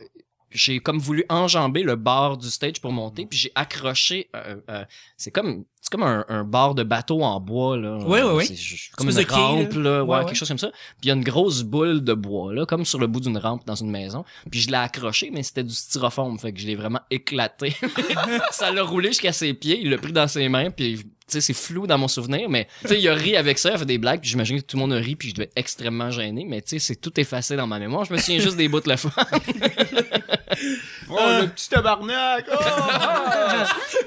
S2: j'ai comme voulu enjamber le bord du stage pour monter, puis j'ai accroché... euh, euh, c'est comme c'est comme un, un bord de bateau en bois là
S1: Oui, oui, oui.
S2: C'est ju- comme une
S1: Espèce de quai,
S2: rampe là, ouais,
S1: Ouais, ouais.
S2: quelque chose comme ça puis il y a une grosse boule de bois là comme sur le bout d'une rampe dans une maison puis je l'ai accroché mais c'était du styrofoam fait que je l'ai vraiment éclaté ça l'a roulé jusqu'à ses pieds il l'a pris dans ses mains puis tu sais c'est flou dans mon souvenir mais tu sais il a ri avec ça il a fait des blagues puis j'imagine que tout le monde a ri puis je devais être extrêmement gêné mais tu sais c'est tout effacé dans ma mémoire je me souviens juste des bouts de la fois
S3: Oh, le petit tabarnak! Oh!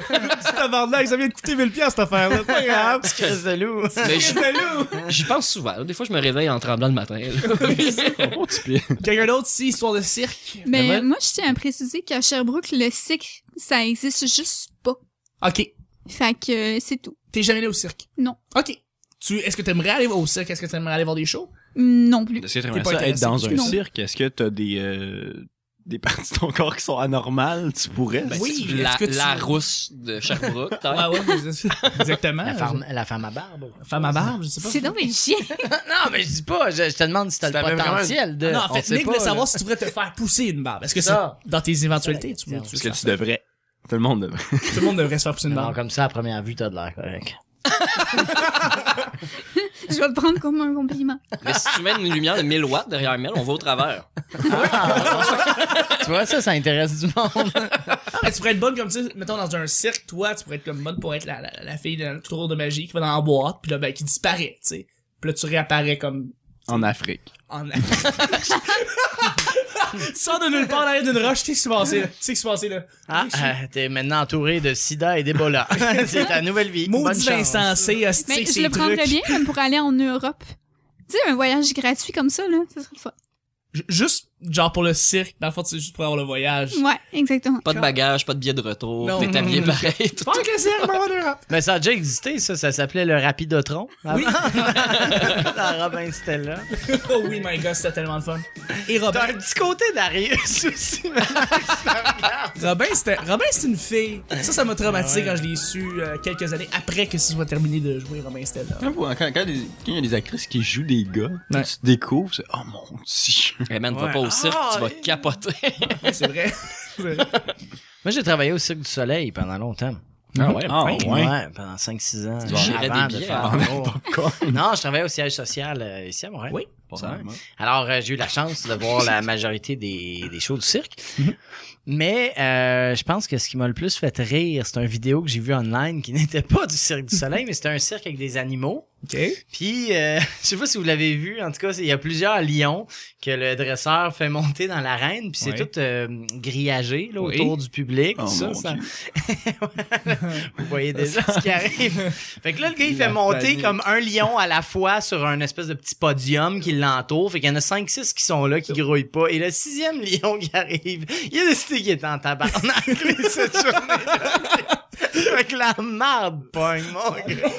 S1: Petit tabarnak, ça vient de coûter 1000 pièces cette affaire-là. Pas grave.
S6: de loup.
S2: mais j-
S1: C'était lourd.
S2: j'y pense souvent là. des fois je me réveille en tremblant le matin là.
S3: Oh, petit pied.
S1: Quelqu'un d'autre ici, histoire de cirque?
S4: Mais
S1: Vraiment?
S4: moi, je tiens à préciser qu'à Sherbrooke, le cycle, ça existe juste pas.
S1: OK.
S4: Fait que euh, c'est tout.
S1: T'es jamais allé au cirque?
S4: Non.
S1: OK. Tu, est-ce que t'aimerais aller au cirque? Est-ce que t'aimerais aller voir des shows?
S4: Non plus.
S3: Est-ce que
S1: T'es
S3: t'aimerais
S1: pas
S3: ça être
S1: intéressé
S3: dans
S1: du
S3: un
S4: tout. Non.
S3: cirque? Est-ce que t'as des, euh, des parties de ton corps qui sont anormales? Tu pourrais?
S1: Ben,
S3: ça?
S1: Oui, est-ce
S2: la,
S1: que tu-
S2: la rousse de Sherbrooke. t'as-
S1: Ah ouais, c'est- exactement.
S6: La femme, la femme à barbe.
S1: Femme à barbe, je sais pas.
S4: C'est donc mes chiens.
S6: Ah, Non, mais je dis pas, je, je te demande si t'as
S2: C'est la
S6: le
S2: même
S6: potentiel de.
S1: Ah non, en
S6: Euh, on
S1: fait,
S6: sait
S1: Nick
S6: pas,
S1: voulait
S6: là.
S1: savoir si tu voudrais te faire pousser une barbe. Est-ce que c'est
S6: Ça.
S1: dans tes éventualités? Tu, veux- tu veux
S3: Parce que
S1: faire
S3: tu
S1: ça?
S3: devrais. Tout le monde devrait.
S1: Tout le monde devrait se faire pousser une
S6: Non,
S1: barbe.
S6: comme ça, à première vue, t'as de l'air correct.
S4: Je vais le prendre comme un compliment.
S2: Mais si tu mets une lumière de 1000 watts derrière Mel, on va au travers.
S6: tu vois, ça, ça intéresse du monde.
S1: Ah, tu pourrais être bonne comme ça, mettons dans un cirque, toi, tu pourrais être comme bonne pour être la, la, la fille d'un tour de magie qui va dans la boîte, puis là, ben, qui disparaît, tu sais. Puis là, tu réapparais comme
S3: En Afrique.
S1: en. Sors de nulle part derrière d'une roche, tu sais ce qui s'est passé, là. Tu sais ce qui s'est passé, là.
S6: Ah, euh, t'es maintenant entouré de sida et d'Ebola. c'est ta nouvelle vie. Bonne
S1: Maudit
S6: chance.
S1: Vincent, c'est hostie,
S4: Mais je
S1: ces
S4: le prendrais
S1: trucs.
S4: bien comme pour aller en Europe. Tu sais, un voyage gratuit comme ça, là, ça serait le fun.
S1: J- Juste, genre pour le cirque, dans le fond, c'est juste pour avoir le voyage.
S4: Ouais, exactement.
S2: Pas de bagages, pas de billets de retour,
S1: Non.
S2: t'es habillé pareil. tout-
S1: Pas que le cirque, mais en Europe.
S6: Mais ça a déjà existé, ça. Ça s'appelait le Rapidotron. Ah, Oui. Dans Robin Stella.
S1: Oh oui, my god, c'était tellement de fun. Et
S6: T'as
S1: Robin,
S6: un petit côté d'Arius aussi.
S1: Robin, c'était, Robin, c'est une fille. Ça, ça m'a traumatisé quand je l'ai su euh, quelques années après que ce soit terminé de jouer Robin Stella.
S3: Quand vous- quand- quand les- quand il y a des actrices qui jouent des gars,
S1: Ouais.
S3: tu te découvres, c'est « Oh mon Dieu!
S2: Eh man, va
S6: Ouais.
S2: pas au cirque,
S6: Ah,
S2: tu vas
S6: eh.
S2: capoter.
S1: C'est vrai.
S6: Moi, j'ai travaillé au Cirque du Soleil pendant longtemps.
S2: Ah ouais.
S3: Ah,
S1: ouais.
S3: ouais.
S6: pendant 5-6 ans.
S2: Tu gérais
S6: Avant
S2: des
S6: de
S2: billets
S6: faire
S2: avant
S6: le tour. Non, je travaillais au siège social euh, ici à Montréal.
S1: Oui.
S6: Ça, Alors, euh, j'ai eu la chance de voir la majorité des, des shows du cirque. Mais euh, je pense que ce qui m'a le plus fait rire, c'est une vidéo que j'ai vue online qui n'était pas du Cirque du Soleil, mais c'était un cirque avec des animaux.
S1: OK.
S6: Puis, euh, je sais pas si vous l'avez vu, en tout cas, c'est- il y a plusieurs lions que le dresseur fait monter dans l'arène, puis c'est
S1: Oui.
S6: tout euh, grillagé là,
S1: Oui.
S6: autour du public.
S3: Oh
S6: tout ça,
S3: mon
S6: ça- vous voyez déjà ce qui arrive. Fait que là, le gars, il fait monter
S3: panique.
S6: comme un lion à la fois sur un espèce de petit podium qui l'entoure. Fait qu'il y en a 5-6 qui sont là, qui grouillent pas. Et le sixième lion qui arrive, il a décidé qu'il était en tabarnak lui, cette journée-là. Fait que la marde pogne, mon gars.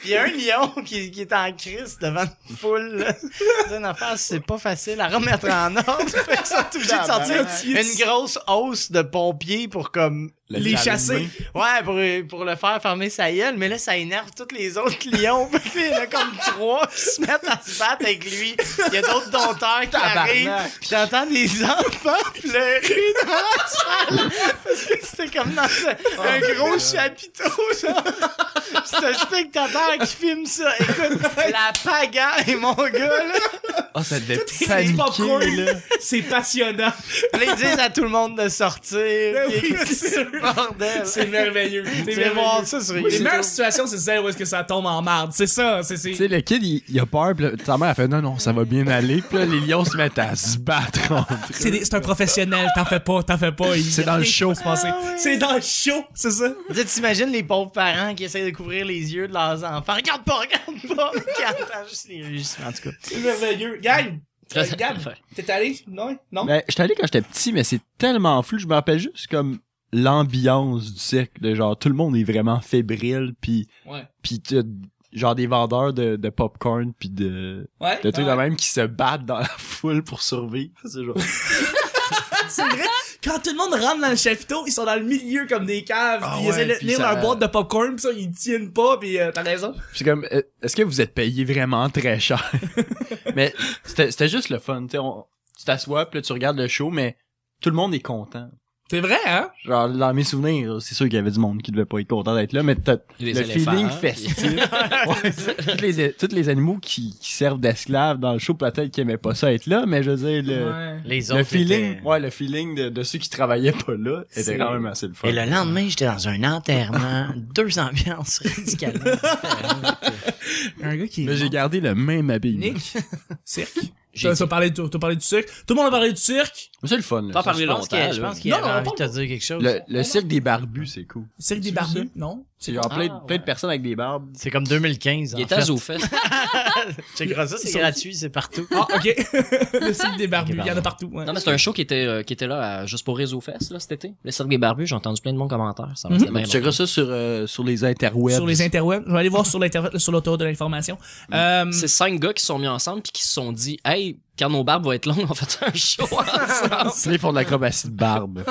S6: Puis il y a un lion qui, qui est en crise devant une foule. là. C'est une affaire, c'est pas facile à remettre en ordre. Fait qu'ils sont obligés de sortir une grosse hausse de pompiers pour comme
S1: les chasser.
S6: Ouais, pour, pour le faire fermer sa gueule, mais là, ça énerve tous les autres lions. Fait que là, Il y en a comme trois qui se mettent à se battre avec lui. Il y a d'autres dompteurs qui arrivent. Puis j'entends des enfants pleurer dans la salle. Parce que c'était comme dans ce- un
S1: Oh,
S6: gros chapiteau, genre. Puis c'est un spectateur qui filme ça. Écoute, la pagaille, mon gars, là.
S3: Ah, ça devait
S1: C'est du popcorn, C'est passionnant.
S6: Là, ils disent à tout le monde de sortir.
S1: Ben
S6: Puis
S1: oui, c'est sûr.
S6: bordel.
S1: C'est merveilleux. C'est
S6: Tu vas
S1: merveilleux.
S6: voir ça sur
S1: Les
S6: YouTube.
S1: meilleures situations, c'est celles où est-ce que ça tombe en marde. C'est ça. C'est, c'est...
S3: Tu sais, le kid, il, il a peur, pis là, sa mère, elle fait non, non, ça va bien aller, pis là, les lions se mettent à se battre entre
S1: C'est, des- c'est un professionnel, t'en fais pas, t'en fais pas. il-
S3: C'est dans le
S1: rien qui
S3: show.
S1: va se passer.
S6: Ah ouais.
S1: C'est dans le show, c'est ça?
S6: Tu sais, t'imagines les pauvres parents qui essayent de couvrir les yeux de leurs enfants. Regarde pas, regarde pas! Qui entendent juste les rugissements, en tout cas.
S1: C'est merveilleux. Gang! Euh, Gab, t'es allé? Non? Non?
S3: Ben, j'étais allé quand j'étais petit, mais c'est tellement flou. Je me rappelle juste comme l'ambiance du cirque. De genre, tout le monde est vraiment fébrile, puis
S1: Ouais.
S3: puis t'as genre des vendeurs de, de popcorn, puis de,
S1: Ouais?
S3: de trucs
S1: Ouais.
S3: de même qui se battent dans la foule pour survivre. C'est genre,
S1: C'est vrai, quand tout le monde rentre dans le chapiteau, ils sont dans le milieu comme des caves,
S3: Ah
S1: puis ils
S3: ouais,
S1: essaient de
S3: puis
S1: tenir
S3: ça-
S1: leur boîte de popcorn, pis ça, ils tiennent pas, pis euh, t'as raison.
S3: c'est comme, euh, est-ce que vous êtes payé vraiment très cher? mais c'était c'était juste le fun. tu sais, on- tu t'assois, puis là, tu regardes le show, mais tout le monde est content.
S1: C'est vrai, hein?
S3: Genre, dans mes souvenirs, c'est sûr qu'il y avait du monde qui devait pas être content d'être là, mais t'as
S2: Les
S3: le
S2: éléphants,
S3: feeling
S2: hein,
S3: festif. Ouais. tous, les, tous les animaux qui, qui servent d'esclaves dans le show, peut-être qu'ils aimaient pas ça être là, mais je veux dire, le,
S1: Ouais.
S6: Les
S3: le feeling, ouais, le feeling de, de ceux qui travaillaient pas là
S1: C'est-
S3: était quand même assez le fun.
S6: Et le lendemain, j'étais dans un enterrement. deux ambiances radicalement différentes.
S1: Un gars qui est
S3: Mais j'ai gardé le même habillement.
S1: Nick, cirque.
S2: J'ai
S1: T'as t'as parlé, du- t'as parlé du cirque. Tout le monde a parlé du cirque.
S3: Mais C'est le fun, là.
S2: Pas
S3: ça.
S2: parlé
S6: Je pense
S2: longtemps.
S6: que- je
S2: là.
S6: pense qu'il
S1: Non,
S6: avait
S1: non,
S6: envie
S1: pas-
S6: de te dire quelque chose.
S3: Le, le cirque des barbus, c'est cool.
S1: Cirque des
S3: Tu
S1: barbus, non?
S3: C'est genre plein, de-
S2: Ah,
S3: plein de
S2: ouais.
S3: personnes avec des barbes.
S6: C'est comme 2015,
S2: Il
S6: en
S2: était à
S6: fait.
S2: Zoufest.
S6: Checkera ça, c'est
S1: Ils sont-
S6: gratuit, c'est partout.
S1: Ah, ok. le cirque des barbus, il y en a partout. ouais.
S2: Non, mais c'est un show qui était, euh, qui était là à- juste pour Réseau Fest, là, cet été. Le Cirque des Barbus, j'ai entendu plein de bons commentaires. Ça
S1: Mhm.
S2: c'était bien
S3: Tu checkeras ça sur, euh, sur les interwebs.
S1: Sur les interwebs. Je vais aller voir sur l'internet, sur l'autoroute de l'information. Euh,
S2: bon. C'est cinq gars qui se sont mis ensemble puis qui se sont dit, hey, quand nos barbes vont être longues, on fait un show ensemble.
S3: Puis là, Ils font de l'acrobatie de barbe.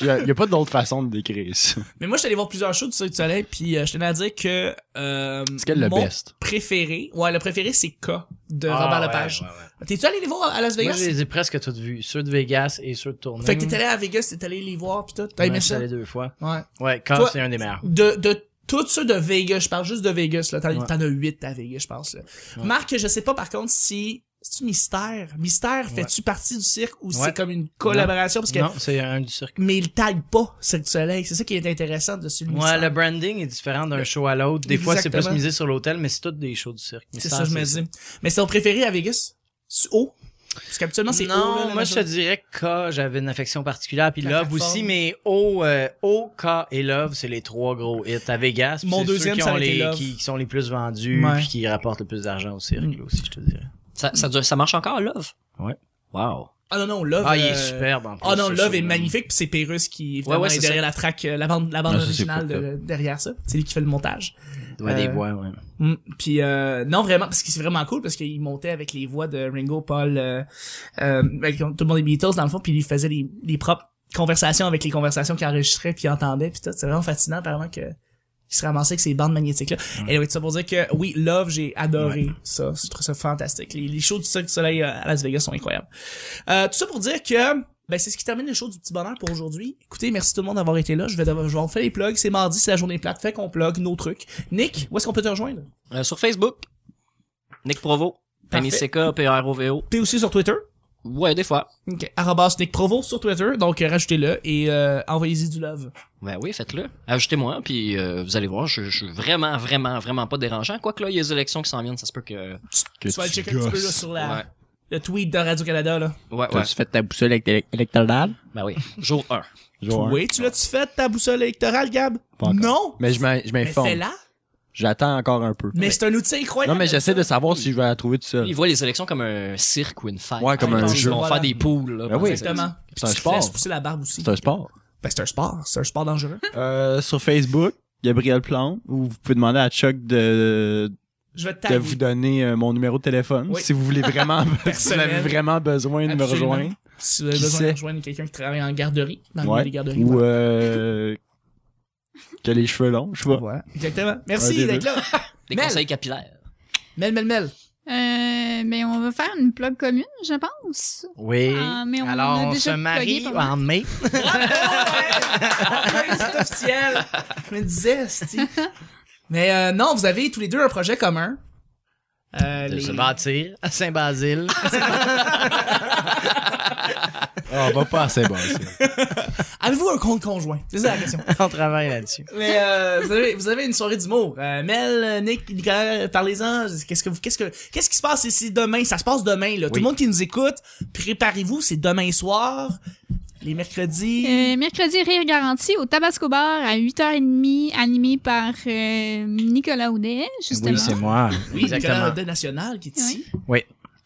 S3: Il n'y a, y a pas d'autre façon de décrire ça.
S1: mais moi, je suis allé voir plusieurs shows du Cirque du Soleil, puis euh, je tenais à dire que euh,
S3: C'est quel le
S1: mon
S3: best?
S1: préféré, ouais, le préféré, c'est K de
S6: Ah,
S1: Robert
S6: ouais,
S1: Lepage.
S6: ouais, ouais.
S1: T'es-tu allé les voir à Las
S6: Moi,
S1: Vegas?
S6: je les ai presque toutes vues. Ceux de Vegas et ceux de Tournai.
S1: fait que t'es allé à Vegas, t'es allé les voir, pis tout. T'as
S6: Ouais,
S1: aimé
S6: je suis
S1: ça?
S6: allé deux fois.
S1: Ouais.
S6: Ouais, quand
S1: Toi-
S6: c'est un des meilleurs.
S1: De, de tous ceux de Vegas, je parle juste de Vegas, là. T'en
S6: Ouais.
S1: t'en as huit à Vegas, je pense, là.
S6: Ouais.
S1: Marc, je sais pas par contre si. C'est-tu Mystère? Mystère, fais-tu partie du cirque ou
S6: Ouais.
S1: c'est comme une collaboration? Parce que.
S6: Non, c'est un du cirque.
S1: Mais il taille pas Cirque du Soleil. C'est ça qui est intéressant de celui
S6: Ouais, le branding est différent d'un show à l'autre. Des fois, c'est plus
S1: Exactement.
S6: misé sur l'hôtel, mais c'est toutes des shows du cirque.
S1: C'est ça, je me dis. Mais c'est ton préféré à Vegas? C'est haut? Parce qu'habituellement, c'est haut.
S6: Non,
S1: là, la
S6: moi, je te
S1: nature.
S6: dirais que K, j'avais une affection particulière, puis
S1: La
S6: Love
S1: plateforme.
S6: aussi, mais O, euh, O, K et Love, c'est les trois gros hits à Vegas. puis
S1: Mon
S6: c'est ceux
S1: deuxième,
S6: qui,
S1: ça
S6: ont
S1: aurait été
S6: les,
S1: Love.
S6: qui, qui sont les plus vendus,
S1: Ouais.
S6: puis qui rapportent le plus d'argent au cirque,
S1: Mm.
S6: là aussi, je te dirais.
S2: Ça, ça, dure- ça marche encore, Love?
S6: Ouais.
S2: Wow.
S1: Ah non, non, Love.
S6: Ah, il est
S1: euh,
S6: superbe, en plus.
S1: Ah non,
S6: ce
S1: Love est
S6: show-là.
S1: magnifique, puis c'est Pérus qui évidemment,
S2: Ouais, ouais,
S1: est
S2: c'est
S1: derrière la track, euh, la bande, la bande
S3: Ah, ça, c'est
S1: originale
S3: cool,
S1: de- derrière ça. C'est lui qui fait le montage.
S6: Ouais, des
S1: Euh,
S6: voix, ouais.
S1: Mm. Puis euh, non vraiment, parce que c'est vraiment cool parce qu'il montait avec les voix de Ringo, Paul, euh, euh, avec tout le monde des Beatles dans le fond, puis il faisait les, les propres conversations avec les conversations qu'il enregistrait puis il entendait puis tout. C'est vraiment fascinant apparemment que il se ramassait avec ces bandes magnétiques là. Et oui, tout ça pour dire que oui, Love, j'ai adoré ça. Je trouve ça fantastique. Les, les shows du Cirque du Soleil euh, à Las Vegas sont incroyables. Euh, tout ça pour dire que ben, c'est ce qui termine le show du petit bonheur pour aujourd'hui. Écoutez, merci tout le monde d'avoir été là. Je vais, devoir- je vais en faire les plugs. C'est mardi, c'est la journée plate. Fait qu'on plug nos trucs. Nick, où est-ce qu'on peut te rejoindre?
S2: Euh, sur Facebook, Nick Provo.
S1: Parfait.
S2: M-I-C-K, P-R-O-V-O.
S1: T'es aussi sur Twitter.
S2: Ouais, des fois.
S1: Ok. Arrobas Nick Provo sur Twitter. Donc, euh, rajoutez-le et euh, envoyez-y du love.
S2: Ben oui, faites-le. Ajoutez-moi, puis euh, vous allez voir, je, je suis vraiment, vraiment, vraiment pas dérangeant. Quoique là, il y a des élections qui s'en viennent, ça se peut que...
S3: Que
S1: tu vas le checker un petit peu là, sur la,
S2: Ouais.
S1: le tweet de Radio-Canada. là.
S2: Ouais, ouais.
S3: fait ta boussole électorale?
S2: Ben oui, jour 1.
S1: Oui, tu l'as-tu fait, ta boussole électorale, Gab?
S3: Pas encore.
S1: Non!
S3: Mais je m'in- je
S1: Mais
S3: m'informe.
S1: fais-la!
S3: J'attends encore un peu.
S1: Mais c'est un outil incroyable!
S3: non, mais j'essaie de savoir si je vais la trouver tout
S2: Ils
S3: seul.
S2: voient les élections comme un cirque ou une fête.
S3: Euh. Ouais, comme
S1: un
S2: Ils
S1: jeu.
S2: vont
S1: Voilà.
S2: faire des poules, là.
S3: Ben oui.
S1: Exactement. Puis
S3: C'est un
S1: tu te
S3: sport.
S1: laisses pousser la barbe aussi.
S3: C'est un sport.
S1: Ben, c'est un sport. C'est un sport dangereux.
S3: Euh, sur Facebook, Gabriel Plante, ou vous pouvez demander à Chuck de,
S1: Je vais te
S3: de
S1: taguer.
S3: vous donner euh, mon numéro de téléphone
S1: Oui.
S3: si vous voulez vraiment, si vous
S1: Personnel.
S3: avez vraiment besoin de me
S1: Absolument.
S3: rejoindre.
S1: Si vous avez
S3: Qui
S1: besoin de
S3: sait?
S1: rejoindre quelqu'un qui travaille en garderie, dans le
S3: Ouais.
S1: milieu des garderies.
S3: Ou
S1: voilà.
S3: euh, qui a les cheveux longs, je sais pas.
S1: Voilà. Exactement.
S3: Un des
S1: Merci d'être là.
S2: Des
S1: Mel.
S2: conseils capillaires.
S1: Mel, Mel, Mel.
S4: Euh, mais on va faire une plug commune, je pense.
S6: Oui.
S4: Ah, mais on
S6: Alors,
S4: a
S6: on
S4: déjà
S6: se marie
S4: plugué pas mal.
S6: en mai.
S1: C'est officiel. Je me disais, esti. Mais euh, non, vous avez tous les deux un projet commun. Euh,
S6: De
S1: les-
S6: se bâtir à Saint-Basile.
S3: Ah, va pas assez bon,
S1: Avez-vous un compte conjoint? C'est ça la question.
S6: on travaille là-dessus.
S1: Mais euh, vous, avez, vous avez une soirée d'humour. Euh, Mel, Nick, Nicolas, parlez-en. Qu'est-ce que vous- qu'est-ce que qu'est-ce qui se passe ici demain Ça se passe demain là. Tout
S6: Oui.
S1: le monde qui nous écoute, préparez-vous. C'est demain soir, les mercredis.
S4: Euh, mercredi, Rire Garanti au Tabasco Bar à 8h30, animé par euh, Nicolas Houdet, justement.
S7: Oui, c'est moi.
S1: oui, Nicolas
S6: exactement.
S1: de National qui est ici.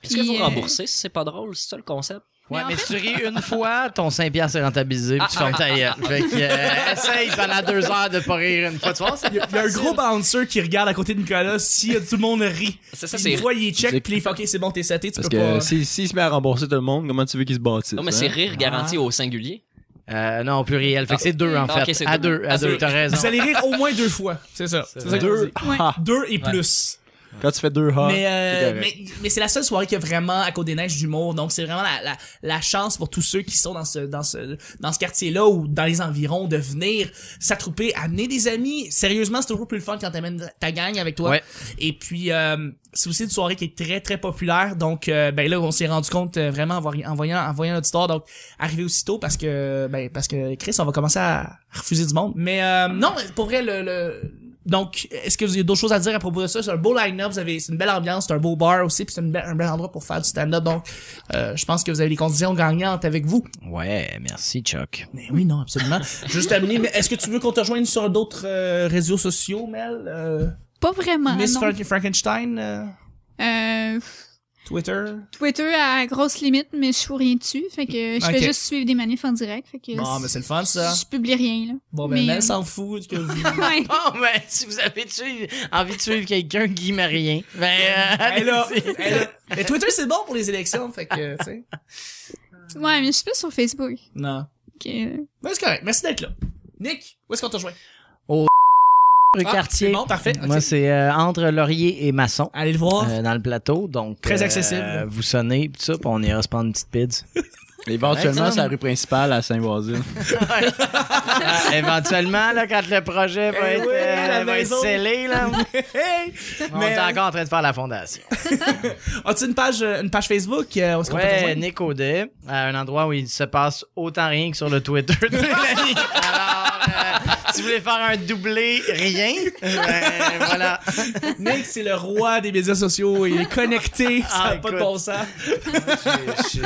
S2: Est-ce que
S4: Puis,
S2: vous
S4: euh,
S2: remboursez si c'est pas drôle? C'est ça le concept?
S4: Mais
S6: Ouais,
S4: en
S6: mais si tu ris une fois, ton Saint-Pierre s'est rentabilisé puis tu fermes ta gueule. Fait que, euh, essaye pendant deux heures de pas rire une fois. Tu vois, c'est
S1: Il y a un gros bouncer qui regarde à côté de Nicolas si euh, tout le monde rit.
S2: C'est ça,
S1: Ça, c'est
S2: c'est.
S1: fois, il check,
S3: c'est-
S1: puis il fait, OK, c'est bon, t'es saté, tu
S3: Parce
S1: peux pas...
S3: que s'il si, s'il se met à rembourser tout le monde, comment tu veux qu'il se bâtisse? hein?
S2: Non, mais c'est rire garanti au singulier.
S6: Euh, non, au pluriel. Fait que c'est deux, en
S2: Ah,
S6: fait.
S2: ok, c'est
S6: à
S2: deux.
S6: deux, à
S2: À
S6: deux,
S2: deux.
S6: t'as raison.
S1: Vous allez rire au moins deux fois. C'est ça. C'est ça qu'on
S3: Deux.
S1: dit.
S4: Ouais.
S3: Ah,
S1: Deux et
S2: Ouais.
S1: plus.
S3: quand tu fais deux ha.
S1: mais euh,
S3: c'est correct.
S1: mais, mais c'est la seule soirée qui a vraiment à Côte des Neiges d'humour. Donc c'est vraiment la, la, la chance pour tous ceux qui sont dans ce dans ce dans ce quartier-là ou dans les environs de venir s'attrouper, amener des amis. Sérieusement, c'est toujours plus le fun quand t'amènes ta gang avec toi.
S6: Ouais.
S1: Et puis euh, c'est aussi une soirée qui est très très populaire. Donc euh, ben là on s'est rendu compte euh, vraiment en voyant en voyant, en voyant notre histoire. Donc arrivez aussitôt parce que ben parce que Chris on va commencer à, à refuser du monde. Mais euh, non pour vrai le, le donc, est-ce que vous avez d'autres choses à dire à propos de ça? C'est un beau line-up, vous avez, c'est une belle ambiance, c'est un beau bar aussi, puis c'est une be- un bel endroit pour faire du stand-up. Donc, euh, je pense que vous avez les conditions gagnantes avec vous.
S6: Ouais, merci, Chuck.
S1: Mais oui, non, absolument. Juste terminer, mais est-ce que tu veux qu'on te rejoigne sur d'autres euh, réseaux sociaux, Mel? Euh,
S4: Pas vraiment.
S1: Miss
S4: Ah, non.
S1: Frank- Frankenstein, euh,
S4: Euh,
S1: Twitter?
S4: Twitter à grosse limite, mais je fous rien dessus. Fait que je
S1: Ok.
S4: fais juste suivre des manifs en direct. Fait que
S1: Bon,
S4: c-
S1: mais c'est le fun, ça.
S4: je publie rien, là.
S1: Bon, ben,
S4: mais-
S1: Mel s'en fout que vous...
S4: Ouais.
S6: Bon, ben, si vous avez de suivre- envie de suivre quelqu'un, Guy Marien, ben, euh,
S1: Elle est là,
S6: allez-y.
S1: elle est là. Mais Twitter, c'est bon pour les élections, fait que, tu sais,
S4: ouais, mais je suis plus sur Facebook.
S1: non.
S4: Fait que-
S1: Mais Ben, c'est correct, merci d'être là. Nick, où est-ce qu'on te rejoint?
S6: Rue
S1: Ah,
S6: Cartier.
S1: c'est bon, parfait, ok.
S6: Moi, c'est euh, entre Laurier et Masson.
S1: Allez le voir.
S6: euh, dans le plateau, donc
S1: Très
S6: euh,
S1: accessible.
S6: vous sonnez pis tout ça, puis on ira se prendre une petite pizza.
S3: Éventuellement,
S6: Excellent.
S3: c'est la rue principale à Saint-Basile.
S6: Ah, éventuellement, là, quand le projet va,
S1: Eh
S6: être,
S1: oui,
S6: euh,
S1: la
S6: va être
S1: maison.
S6: scellé, là,
S1: Hey!
S6: on
S1: Mais,
S6: est
S1: euh,
S6: encore en train de faire la fondation.
S1: As-tu une page, euh, une page Facebook? euh, où est-ce qu'on peut te
S6: Ouais,
S1: rejoindre?
S6: Nick Audet, à un endroit où il se passe autant rien que sur le Twitter de Mélanie. Alors, euh, si vous voulez faire un doublé rien, ben, voilà.
S1: Nick, c'est le roi des médias sociaux. Il est connecté. Ça
S6: Ah,
S1: n'a pas de
S6: écoute.
S1: bon sens.
S6: Je- je-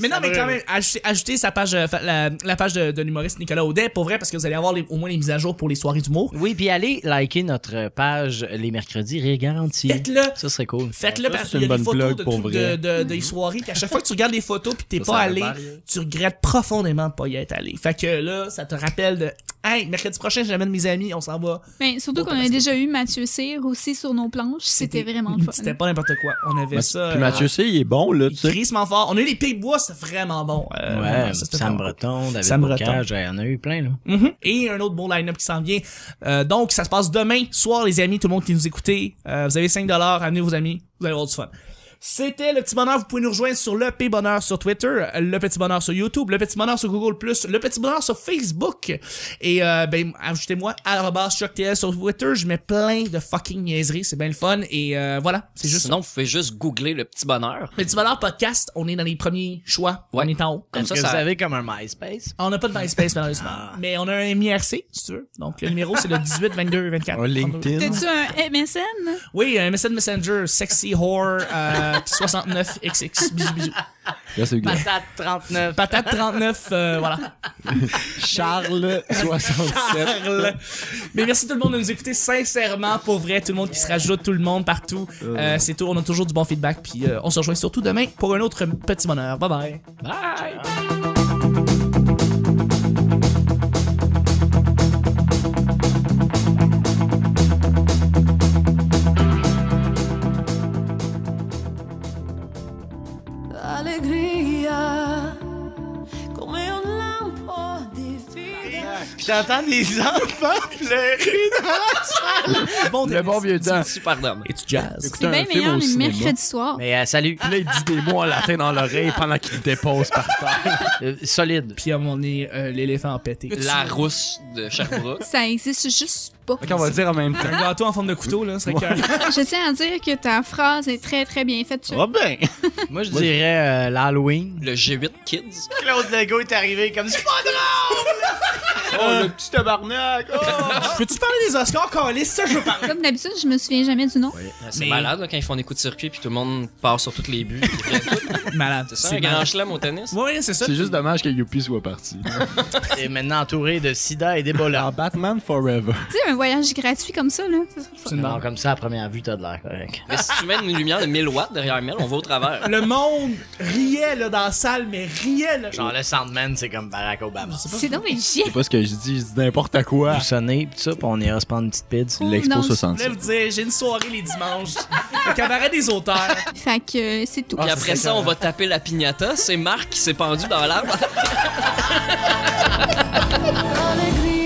S1: Mais non,
S6: ça
S1: mais
S6: va,
S1: quand même, ajoutez, ajoutez sa page, euh, fa- la, la page de, de l'humoriste Nicolas Audet pour vrai, parce que vous allez avoir les- au moins les mises à jour pour les soirées d'humour.
S6: Oui, puis allez liker notre page les mercredis, rire garanti.
S1: Faites-le.
S6: Ça serait cool.
S1: Faites-le
S3: Ben, Ça,
S1: parce
S3: c'est
S1: qu'il y a
S3: une
S1: des
S3: bonne
S1: photos
S3: blague
S1: de,
S3: pour
S1: trucs de,
S3: vrai.
S1: de- des soirées qu'à chaque fois que tu regardes les photos puis que t'es
S3: Ça, ça
S1: pas
S3: a
S1: allé,
S3: l'air, euh.
S1: tu regrettes profondément de pas y être allé. Fait que là, ça te rappelle de Hey, mercredi prochain, j'amène mes amis, on s'en va.
S4: Mais ben, surtout
S1: Au
S4: qu'on a
S1: Tabasco.
S4: déjà eu Mathieu Cyr aussi sur nos planches. C'était vraiment le fun.
S1: C'était pas n'importe quoi. On avait ça.
S3: Puis
S1: euh,
S3: Mathieu C, il est bon, là, tu sais.
S1: crissement fort. On a eu les pics bois, c'était vraiment bon. Euh,
S6: ouais,
S1: ça, c'était
S6: Sam
S1: vraiment
S6: Breton, David
S1: Sam
S6: Bocage, il y en a eu plein, là.
S1: bon. Mhm. Et un autre bon line-up qui s'en vient. Euh, donc, ça se passe demain soir, les amis, tout le monde qui nous écoutez. Euh, vous avez 5 amenez vos amis, vous allez avoir du fun. C'était le petit bonheur. Vous pouvez nous rejoindre sur le P bonheur sur Twitter, le petit bonheur sur YouTube, le petit bonheur sur Google le petit bonheur sur Facebook. Et euh, ben ajoutez-moi @chocTL sur Twitter. Je mets plein de fucking niaiseries, c'est bien le fun. Et euh, voilà, c'est juste.
S2: Sinon, vous pouvez juste googler le petit bonheur.
S1: Le petit bonheur podcast, on est dans les premiers choix.
S2: Ouais.
S1: On est en haut.
S2: Comme ça,
S6: Est-ce que vous
S2: ça.
S6: avez comme un MySpace.
S1: On n'a pas de MySpace, malheureusement. Mais on a un MIRC, si tu veux. Donc, le numéro, c'est le 18, 22, 24.
S3: Un LinkedIn.
S4: T'as-tu un MSN?
S1: Oui, un MSN Messenger, sexy whore, euh, 69XX. Bisous, bisous.
S3: Là, c'est Hugo.
S6: Patate 39.
S1: Patate 39, euh, voilà.
S3: Charles 67.
S1: Parle. Mais merci tout le monde de nous écouter sincèrement, pour vrai. Tout le monde qui se rajoute, tout le monde partout. Euh, c'est tout. On a toujours du bon feedback. Puis, euh, on se rejoint surtout demain pour un autre petit bonheur. Bye bye.
S2: Bye!
S8: alegría
S6: Puis t'entends des enfants pleurer dans la salle.
S1: Bon
S3: Le bon vieux temps.
S2: Super d'homme.
S1: Et tu jazz.
S3: Écouter
S4: C'est bien
S3: un film
S4: meilleur
S3: au
S4: le
S3: cinéma.
S4: mercredi soir.
S6: Mais euh, salut.
S3: Puis là, il dit des mots en latin dans l'oreille pendant qu'il dépose par terre.
S6: Euh, solide.
S1: Puis à mon nez, euh, l'éléphant a pété.
S2: La rousse de Sherbrooke.
S4: Ça existe juste pas.
S3: Ok, on va le dire en même temps.
S1: Un gâteau en forme de couteau, là, serait cœur.
S4: Je tiens à dire que ta phrase est très très bien faite. Chuck.
S3: Robin!
S6: Moi, je dirais euh, l'Halloween.
S2: Le G8 Kids.
S6: Claude Legault est arrivé comme c'est pas drôle.
S3: Oh, le petit tabarnak!
S1: Peux-tu parler des Oscars, Carlis? Ça, je veux parler.
S4: Comme d'habitude, je me souviens jamais du nom.
S2: C'est
S1: Mais-
S2: malade là, quand ils font des coups de circuit puis tout le monde part sur tous les buts.
S1: Malade.
S2: C'est ça, un grand chelem au tennis?
S1: Oui, c'est ça.
S3: C'est juste dommage que Youpi soit parti.
S6: Et maintenant entouré de sida et
S3: En
S6: d'Ebola.
S3: Batman Forever.
S4: Tu sais, un voyage gratuit comme ça, là. ça serait le fun.
S1: C'est une merde.
S6: comme ça, à première vue, t'as de l'air correct.
S2: Mais si tu mets une lumière de 1000 watts derrière Mel, on va au travers.
S1: Le monde riait, là, dans la salle, mais riait, là.
S6: Genre, le Sandman, c'est comme Barack Obama.
S1: C'est pas-
S4: C'est donc
S3: C'est
S4: chiant.
S3: pas ce que je dis, je dis n'importe quoi.
S6: Vous sonnez, pis ça, pis on ira se prendre une petite pizza.
S4: Non,
S3: L'Expo
S4: c'est
S3: 60.
S1: Je voulais vous dire, j'ai une soirée les dimanches. Le cabaret des auteurs.
S4: Fait que euh, c'est tout.
S2: Puis après ça, hein. on va taper la pignata. C'est Marc qui s'est pendu dans l'arbre.
S7: All agree